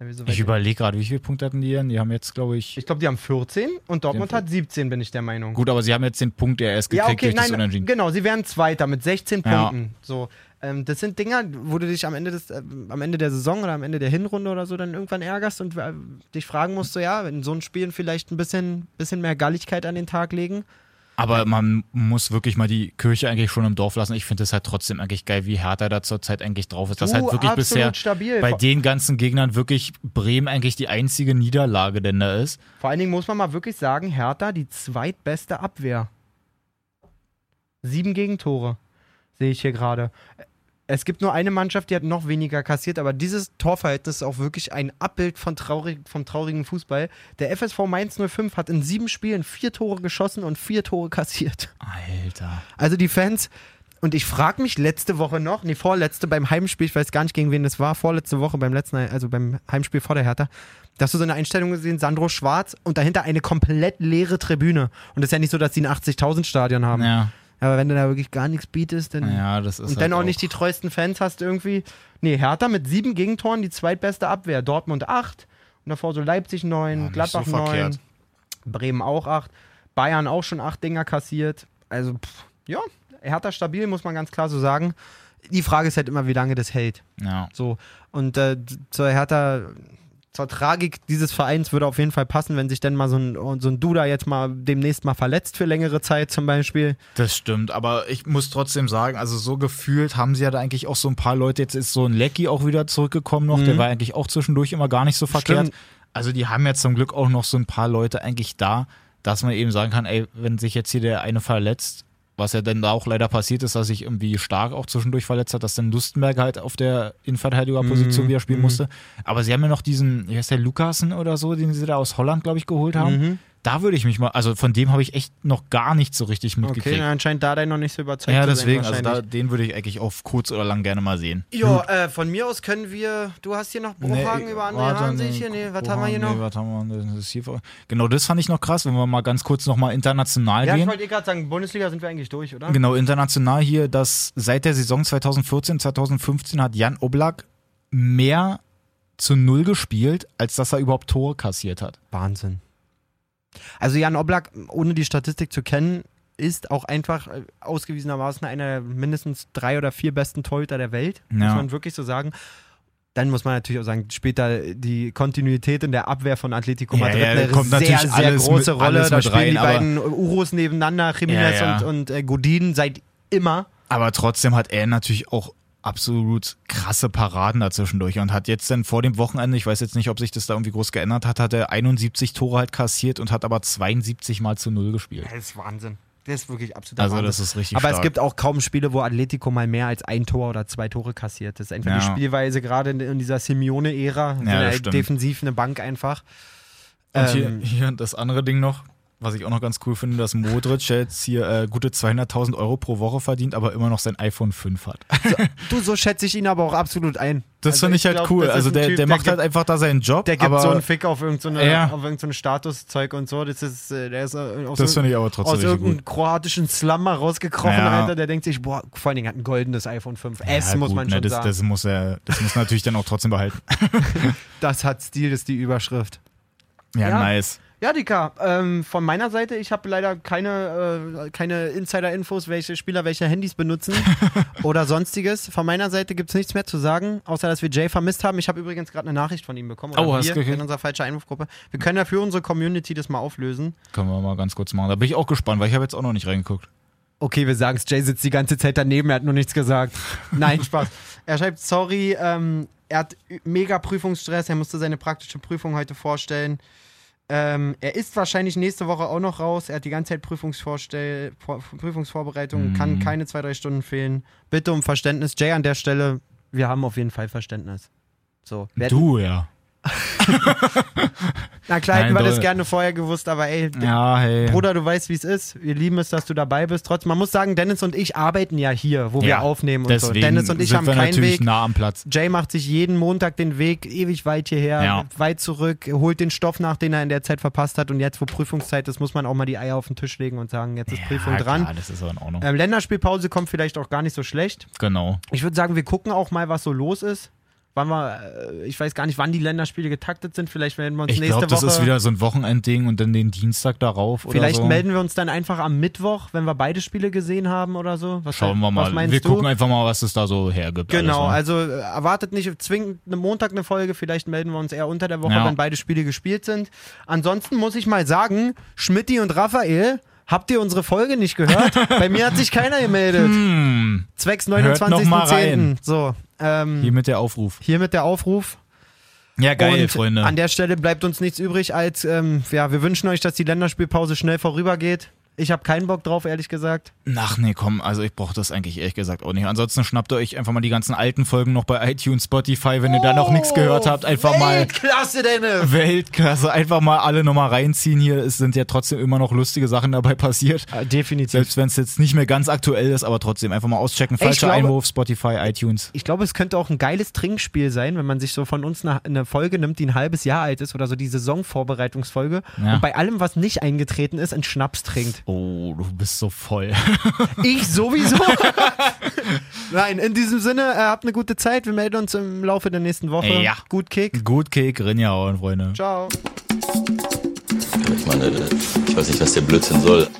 E: Weil wir so weit-
B: ich überlege gerade, wie viele Punkte hatten die denn? Die haben jetzt, glaube ich.
E: ich glaube, die haben 14 und Dortmund
B: Die haben
E: hat 17, bin ich der Meinung.
B: Gut, aber sie haben jetzt den Punkt ja erst gekriegt durch das Unentschieden.
E: genau, sie wären Zweiter mit 16
B: Ja.
E: Punkten. So, ähm, das sind Dinger, wo du dich am Ende, des, äh, am Ende der Saison oder am Ende der Hinrunde oder so dann irgendwann ärgerst und äh, dich fragen musst, so ja, in so einem Spielen vielleicht ein bisschen, bisschen mehr Galligkeit an den Tag legen.
B: Aber man muss wirklich mal die Kirche eigentlich schon im Dorf lassen. Ich finde es halt trotzdem eigentlich geil, wie Hertha da zurzeit eigentlich drauf ist. Das
E: Du,
B: halt wirklich
E: Uh, absolut
B: bisher
E: stabil.
B: bei
E: Vor-
B: den ganzen Gegnern wirklich Bremen eigentlich die einzige Niederlage denn da ist.
E: Vor allen Dingen muss man mal wirklich sagen, Hertha die zweitbeste Abwehr. Sieben Gegentore sehe ich hier gerade. Es gibt nur eine Mannschaft, die hat noch weniger kassiert, aber dieses Torverhältnis ist auch wirklich ein Abbild von traurig, vom traurigen Fußball. Der FSV Mainz 05 hat in sieben Spielen vier Tore geschossen und vier Tore kassiert.
B: Alter.
E: Also die Fans, und ich frage mich letzte Woche noch, nee, vorletzte beim Heimspiel, ich weiß gar nicht, gegen wen das war, vorletzte Woche beim letzten, also beim Heimspiel vor der Hertha, da hast du so eine Einstellung gesehen, Sandro Schwarz und dahinter eine komplett leere Tribüne. Und es ist ja nicht so, dass die ein 80.000 Stadion haben.
B: Ja,
E: Aber wenn du da wirklich gar nichts bietest, dann.
B: ja das ist
E: Und
B: halt
E: dann auch nicht die treuesten Fans hast irgendwie. Nee, Hertha mit sieben Gegentoren, die zweitbeste Abwehr. Dortmund acht und davor so Leipzig neun,
B: nicht
E: Gladbach
B: so
E: neun,
B: verkehrt.
E: Bremen auch acht, Bayern auch schon acht Dinger kassiert. Also, pff, ja, Hertha stabil, muss man ganz klar so sagen. Die Frage ist halt immer, wie lange das hält.
B: Ja.
E: So. Und äh, zur Hertha, zur Tragik dieses Vereins würde auf jeden Fall passen, wenn sich denn mal so ein, so ein Duda jetzt mal demnächst mal verletzt für längere Zeit zum Beispiel.
B: Das stimmt, aber ich muss trotzdem sagen, also so gefühlt haben sie ja da eigentlich auch so ein paar Leute. Jetzt ist so ein Lecky auch wieder zurückgekommen noch, der war eigentlich auch zwischendurch immer gar nicht so verkehrt.
E: Mhm. Stimmt.
B: Also die haben ja zum Glück auch noch so ein paar Leute eigentlich da, dass man eben sagen kann, ey, wenn sich jetzt hier der eine verletzt, was ja dann da auch leider passiert ist, dass sich irgendwie stark auch zwischendurch verletzt hat, dass dann Lustenberg halt auf der
E: Mhm.
B: Innenverteidigerposition wieder spielen musste. Aber sie haben ja noch diesen, wie heißt der, Lukasen oder so, den sie da aus Holland, glaube ich, geholt haben.
E: Mhm.
B: Da würde ich mich mal, also von dem habe ich echt noch gar nicht so richtig mitgekriegt.
E: Okay, anscheinend da noch nicht so überzeugt.
B: Ja,
E: zu sein
B: deswegen, also da,
E: wahrscheinlich.
B: den würde ich eigentlich auf kurz oder lang gerne mal sehen.
E: Ja, äh, von mir aus können wir. Du hast hier noch Bruchhagen
B: Nee,
E: über André
B: warte,
E: Hahn, sehe ich
B: nee,
E: hier. Nee, was
B: Kopenhagen,
E: haben wir hier noch?
B: Nee, was haben wir denn? das ist hier vor- Genau, das fand ich noch krass, wenn wir mal ganz kurz nochmal international
E: ja, ich
B: gehen.
E: wollte eh gerade sagen, Bundesliga sind wir eigentlich durch, oder?
B: Genau, international hier, dass seit der Saison 2014, 2015 hat Jan Oblak mehr zu null gespielt, als dass er überhaupt Tore kassiert hat.
E: Wahnsinn. Also Jan Oblak, ohne die Statistik zu kennen, ist auch einfach äh, ausgewiesenermaßen einer der mindestens drei oder vier besten Torhüter der Welt, muss
B: Ja.
E: man wirklich so sagen. Dann muss man natürlich auch sagen, später die Kontinuität in der Abwehr von Atletico
B: Ja,
E: Madrid
B: ja,
E: eine
B: kommt
E: sehr,
B: natürlich
E: sehr
B: alles
E: große
B: mit-
E: Rolle.
B: alles
E: Da
B: mit
E: spielen die
B: rein, aber-
E: beiden Urus nebeneinander, Jiménez
B: Ja, ja.
E: und, und äh, Godin seit immer.
B: Aber trotzdem hat er natürlich auch absolut krasse Paraden da zwischendurch und hat jetzt dann vor dem Wochenende, ich weiß jetzt nicht, ob sich das da irgendwie groß geändert hat, hat er 71 Tore halt kassiert und hat aber 72 mal zu null gespielt.
E: Das ist Wahnsinn. Das ist wirklich absolut
B: Also
E: Wahnsinn.
B: das ist richtig
E: Aber
B: stark.
E: es gibt auch kaum Spiele, wo Atletico mal mehr als ein Tor oder zwei Tore kassiert. Das ist einfach
B: Ja.
E: die Spielweise gerade in, in dieser Simeone-Ära.
B: Ja, das
E: Ja,
B: stimmt.
E: defensiv eine Bank einfach.
B: Und hier,
E: Ähm.
B: hier das andere Ding noch, was ich auch noch ganz cool finde, dass Modric jetzt hier äh, gute 200.000 Euro pro Woche verdient, aber immer noch sein iPhone 5 hat.
E: Du, so schätze ich ihn aber auch absolut ein.
B: Das
E: Also
B: finde ich, halt
E: glaub,
B: cool.
E: das ist
B: Also
E: ein
B: der,
E: Typ,
B: der macht
E: gibt,
B: halt einfach da seinen Job.
E: Der gibt
B: aber
E: so einen Fick auf irgendeine,
B: Ja.
E: auf irgendein Statuszeug und so. Das ist, äh, der ist äh, aus,
B: Das
E: so,
B: finde ich aber trotzdem
E: aus
B: richtig
E: irgendeinem
B: gut.
E: kroatischen Slum mal rausgekrochen,
B: Ja.
E: Alter. Der denkt sich, boah, vor allen Dingen hat ein goldenes iPhone 5S,
B: Ja,
E: muss
B: gut,
E: man
B: ne,
E: schon
B: das,
E: sagen. Das,
B: Das muss er, das muss natürlich dann auch trotzdem behalten.
E: hat Stil, das ist die Überschrift.
B: Ja,
E: Ja.
B: nice.
E: Ja, Dika, ähm, von meiner Seite, ich habe leider keine, äh, keine Insider-Infos, welche Spieler welche Handys
B: [laughs]
E: benutzen oder sonstiges. Von meiner Seite gibt es nichts mehr zu sagen, außer dass wir Jay vermisst haben. Ich habe übrigens gerade eine Nachricht von ihm bekommen. Oder
B: Oh, hast
E: wir
B: du gehört?
E: in unserer falschen Einwurfgruppe. Wir können ja für unsere Community das mal auflösen.
B: Können wir mal ganz kurz machen. Da bin ich auch gespannt, weil ich habe jetzt auch noch nicht reingeguckt.
E: Okay, wir sagen es. Jay sitzt die ganze Zeit daneben, er hat nur nichts gesagt. Nein, [laughs] Spaß. Er schreibt, sorry, ähm, er hat ü- mega Prüfungsstress, er musste seine praktische Prüfung heute vorstellen. Ähm, er ist wahrscheinlich nächste Woche auch noch raus. Er hat die ganze Zeit Prüfungsvorstell Vor Prüfungsvorbereitung, kann keine zwei, drei Stunden fehlen. Bitte um Verständnis. Jay an der Stelle, wir haben auf jeden Fall Verständnis. So, wir hätten-
B: Du, ja.
E: na klar, hätten
B: Nein,
E: wir das
B: du-
E: gerne vorher gewusst, aber ey,
B: Ja, hey.
E: Bruder, du weißt, wie es ist. Wir lieben es, dass du dabei bist. Trotzdem, man muss sagen, Dennis und ich arbeiten ja hier, wo wir
B: Ja,
E: aufnehmen und
B: Deswegen
E: so. Dennis und ich
B: sind
E: haben
B: wir
E: keinen
B: natürlich
E: Weg.
B: nah am Platz.
E: Jay macht sich jeden Montag den Weg ewig weit hierher,
B: Ja.
E: weit zurück, holt den Stoff nach, den er in der Zeit verpasst hat. Und jetzt, wo Prüfungszeit ist, muss man auch mal die Eier auf den Tisch legen und sagen, jetzt ist Prüfung
B: ja,
E: dran.
B: Klar, das ist aber in Ordnung.
E: Ähm, Länderspielpause kommt vielleicht auch gar nicht so schlecht.
B: Genau.
E: Ich würde sagen, wir gucken auch mal, was so los ist. Wann wir, äh, ich weiß gar nicht, wann die Länderspiele getaktet sind. Vielleicht werden wir uns
B: Ich
E: nächste
B: glaube, das
E: Woche
B: ist wieder so ein Wochenendding und dann den Dienstag darauf oder
E: Vielleicht
B: so.
E: melden wir uns dann einfach am Mittwoch, wenn wir beide Spiele gesehen haben oder so. Was,
B: Schauen wir
E: Was
B: mal.
E: meinst
B: wir
E: du?
B: gucken einfach mal, was es da so hergibt.
E: Genau,
B: Alles,
E: also äh, erwartet nicht zwingend eine Montag eine Folge, vielleicht melden wir uns eher unter der Woche,
B: Ja.
E: wenn beide Spiele gespielt sind. Ansonsten muss ich mal sagen, Schmidti und Raphael, habt ihr unsere Folge nicht
B: [laughs]
E: gehört? Bei mir hat sich keiner gemeldet. Zwecks
B: Hm. noch mal
E: 29.10.
B: rein.
E: So,
B: ne?
E: ähm,
B: Hier mit der Aufruf.
E: hiermit der Aufruf.
B: Ja, geil,
E: und
B: Freunde.
E: An der Stelle bleibt uns nichts übrig, als ähm, ja, wir wünschen euch, dass die Länderspielpause schnell vorübergeht. Ich habe keinen Bock drauf, ehrlich gesagt.
B: Ach nee, komm, also ich brauche das eigentlich ehrlich gesagt auch nicht. Ansonsten schnappt ihr euch einfach mal die ganzen alten Folgen noch bei iTunes, Spotify, wenn ihr da noch nichts gehört habt, einfach mal
E: Weltklasse, Dennis!
B: Weltklasse, also einfach mal alle nochmal reinziehen hier. Es sind ja trotzdem immer noch lustige Sachen dabei passiert.
E: Äh, definitiv.
B: Selbst wenn es jetzt nicht mehr ganz aktuell ist, aber trotzdem einfach mal auschecken.
E: Ey, ich
B: Falscher
E: glaube-
B: Einwurf, Spotify, iTunes.
E: Ich glaube, es könnte auch ein geiles Trinkspiel sein, wenn man sich so von uns eine, eine Folge nimmt, die ein halbes Jahr alt ist oder so die Saisonvorbereitungsfolge
B: Ja.
E: und bei allem, was nicht eingetreten ist, einen
B: [laughs]
E: Schnaps trinkt.
B: Oh, du bist so voll.
E: Ich sowieso. [laughs] Nein, in diesem Sinne, äh, habt eine gute Zeit. Wir melden uns im Laufe der nächsten Woche.
B: Ja. Mhm.
E: Gut Kick.
B: [laughs] Gut Kick, Rinja hauen, Freunde.
E: Ciao.
A: Ich meine, ich weiß nicht, was der Blödsinn soll.